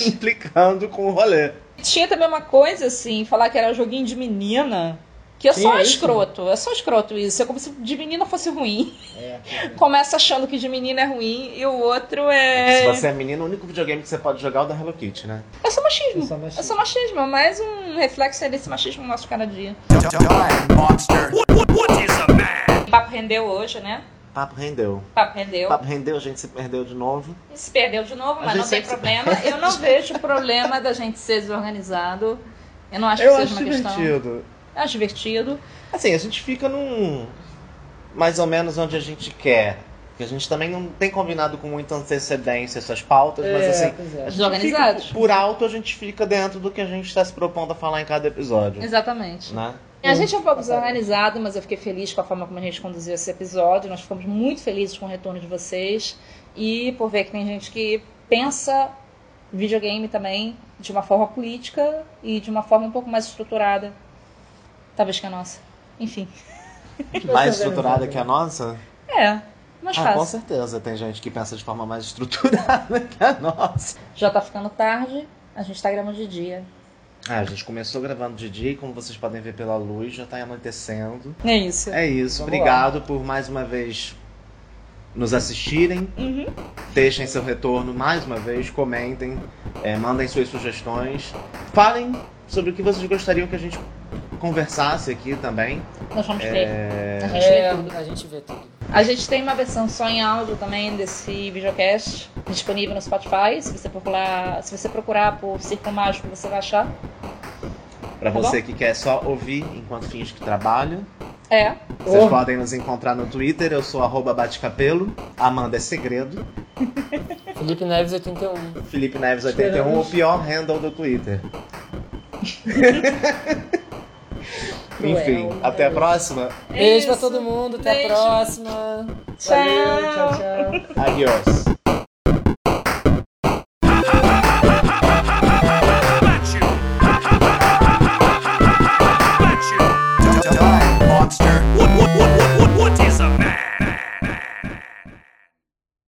A: Implicando com o rolê.
B: Tinha também uma coisa, assim, falar que era joguinho de menina. Que é só
C: Sim, é isso.
B: escroto, é só escroto isso. É como se de menina fosse ruim.
C: É.
B: Começa achando que de menina é ruim e o outro
A: Se
B: é.
A: você é menino, o único videogame que você pode jogar é o da Hello Kitty, né?
B: É só machismo.
C: Só
B: É só
C: machismo.
B: machismo, é mais um reflexo aí desse machismo nosso cada dia.
G: Die, monster. What, what, what is a man?
B: O papo rendeu hoje, né?
A: Papo rendeu.
B: O papo rendeu.
A: Papo rendeu, a gente se perdeu de novo.
B: Se perdeu de novo,
A: A
B: mas
A: gente
B: não tem
A: sempre se
B: problema. Eu não vejo problema da gente ser desorganizado. Eu não acho que
A: Eu
B: seja
A: acho
B: uma questão.
A: divertido.
B: Eu acho divertido.
A: Assim, a gente fica num. mais ou menos onde a gente quer. Porque a gente também não tem combinado com muita antecedência essas pautas, mas assim.
C: pois
A: a
C: é.
A: gente
B: Desorganizados.
A: fica- por alto, a gente fica dentro do que a gente está se propondo a falar em cada episódio.
B: Exatamente.
A: Né?
B: A gente é um pouco desorganizado, mas eu fiquei feliz com a forma como a gente conduziu esse episódio. Nós ficamos muito felizes com o retorno de vocês. E por ver que tem gente que pensa videogame também de uma forma política e de uma forma um pouco mais estruturada. Talvez que a nossa. Enfim.
A: Mais estruturada que a nossa?
B: É, mais
A: Ah, com
B: fácil.
A: certeza. Tem gente que pensa de forma mais estruturada que a nossa.
B: Já tá ficando tarde, a gente tá gravando de dia.
A: Ah, a gente começou gravando de dia e como vocês podem ver pela luz, já tá anoitecendo.
B: É isso.
A: É isso.
C: Vamos
A: Obrigado por mais uma vez nos assistirem. Deixem seu retorno mais uma vez. Comentem. eh, mandem suas sugestões. Falem sobre o que vocês gostariam que a gente conversasse aqui também.
B: Nós vamos ter. A gente vê tudo.
C: É, a gente vê tudo.
B: A gente tem uma versão só em áudio também desse videocast disponível no Spotify. Se você procurar, se você procurar por Círculo Mágico, você vai achar.
A: Pra
B: Tá
A: você que quer só ouvir enquanto finge que trabalha.
B: É.
A: Vocês
C: Oh.
A: podem nos encontrar no Twitter. Eu sou arroba batecapelo. Amanda é segredo.
C: Felipe Neves, 81.
A: Felipe Neves 81, o
C: Esperamos.
A: pior handle do Twitter. Enfim,
C: Cruel,
A: até a
C: Deus.
A: próxima.
C: Beijo pra
B: isso.
C: todo mundo, até
B: Beijo.
C: a próxima.
B: Tchau.
C: Valeu, tchau, tchau.
A: Adiós.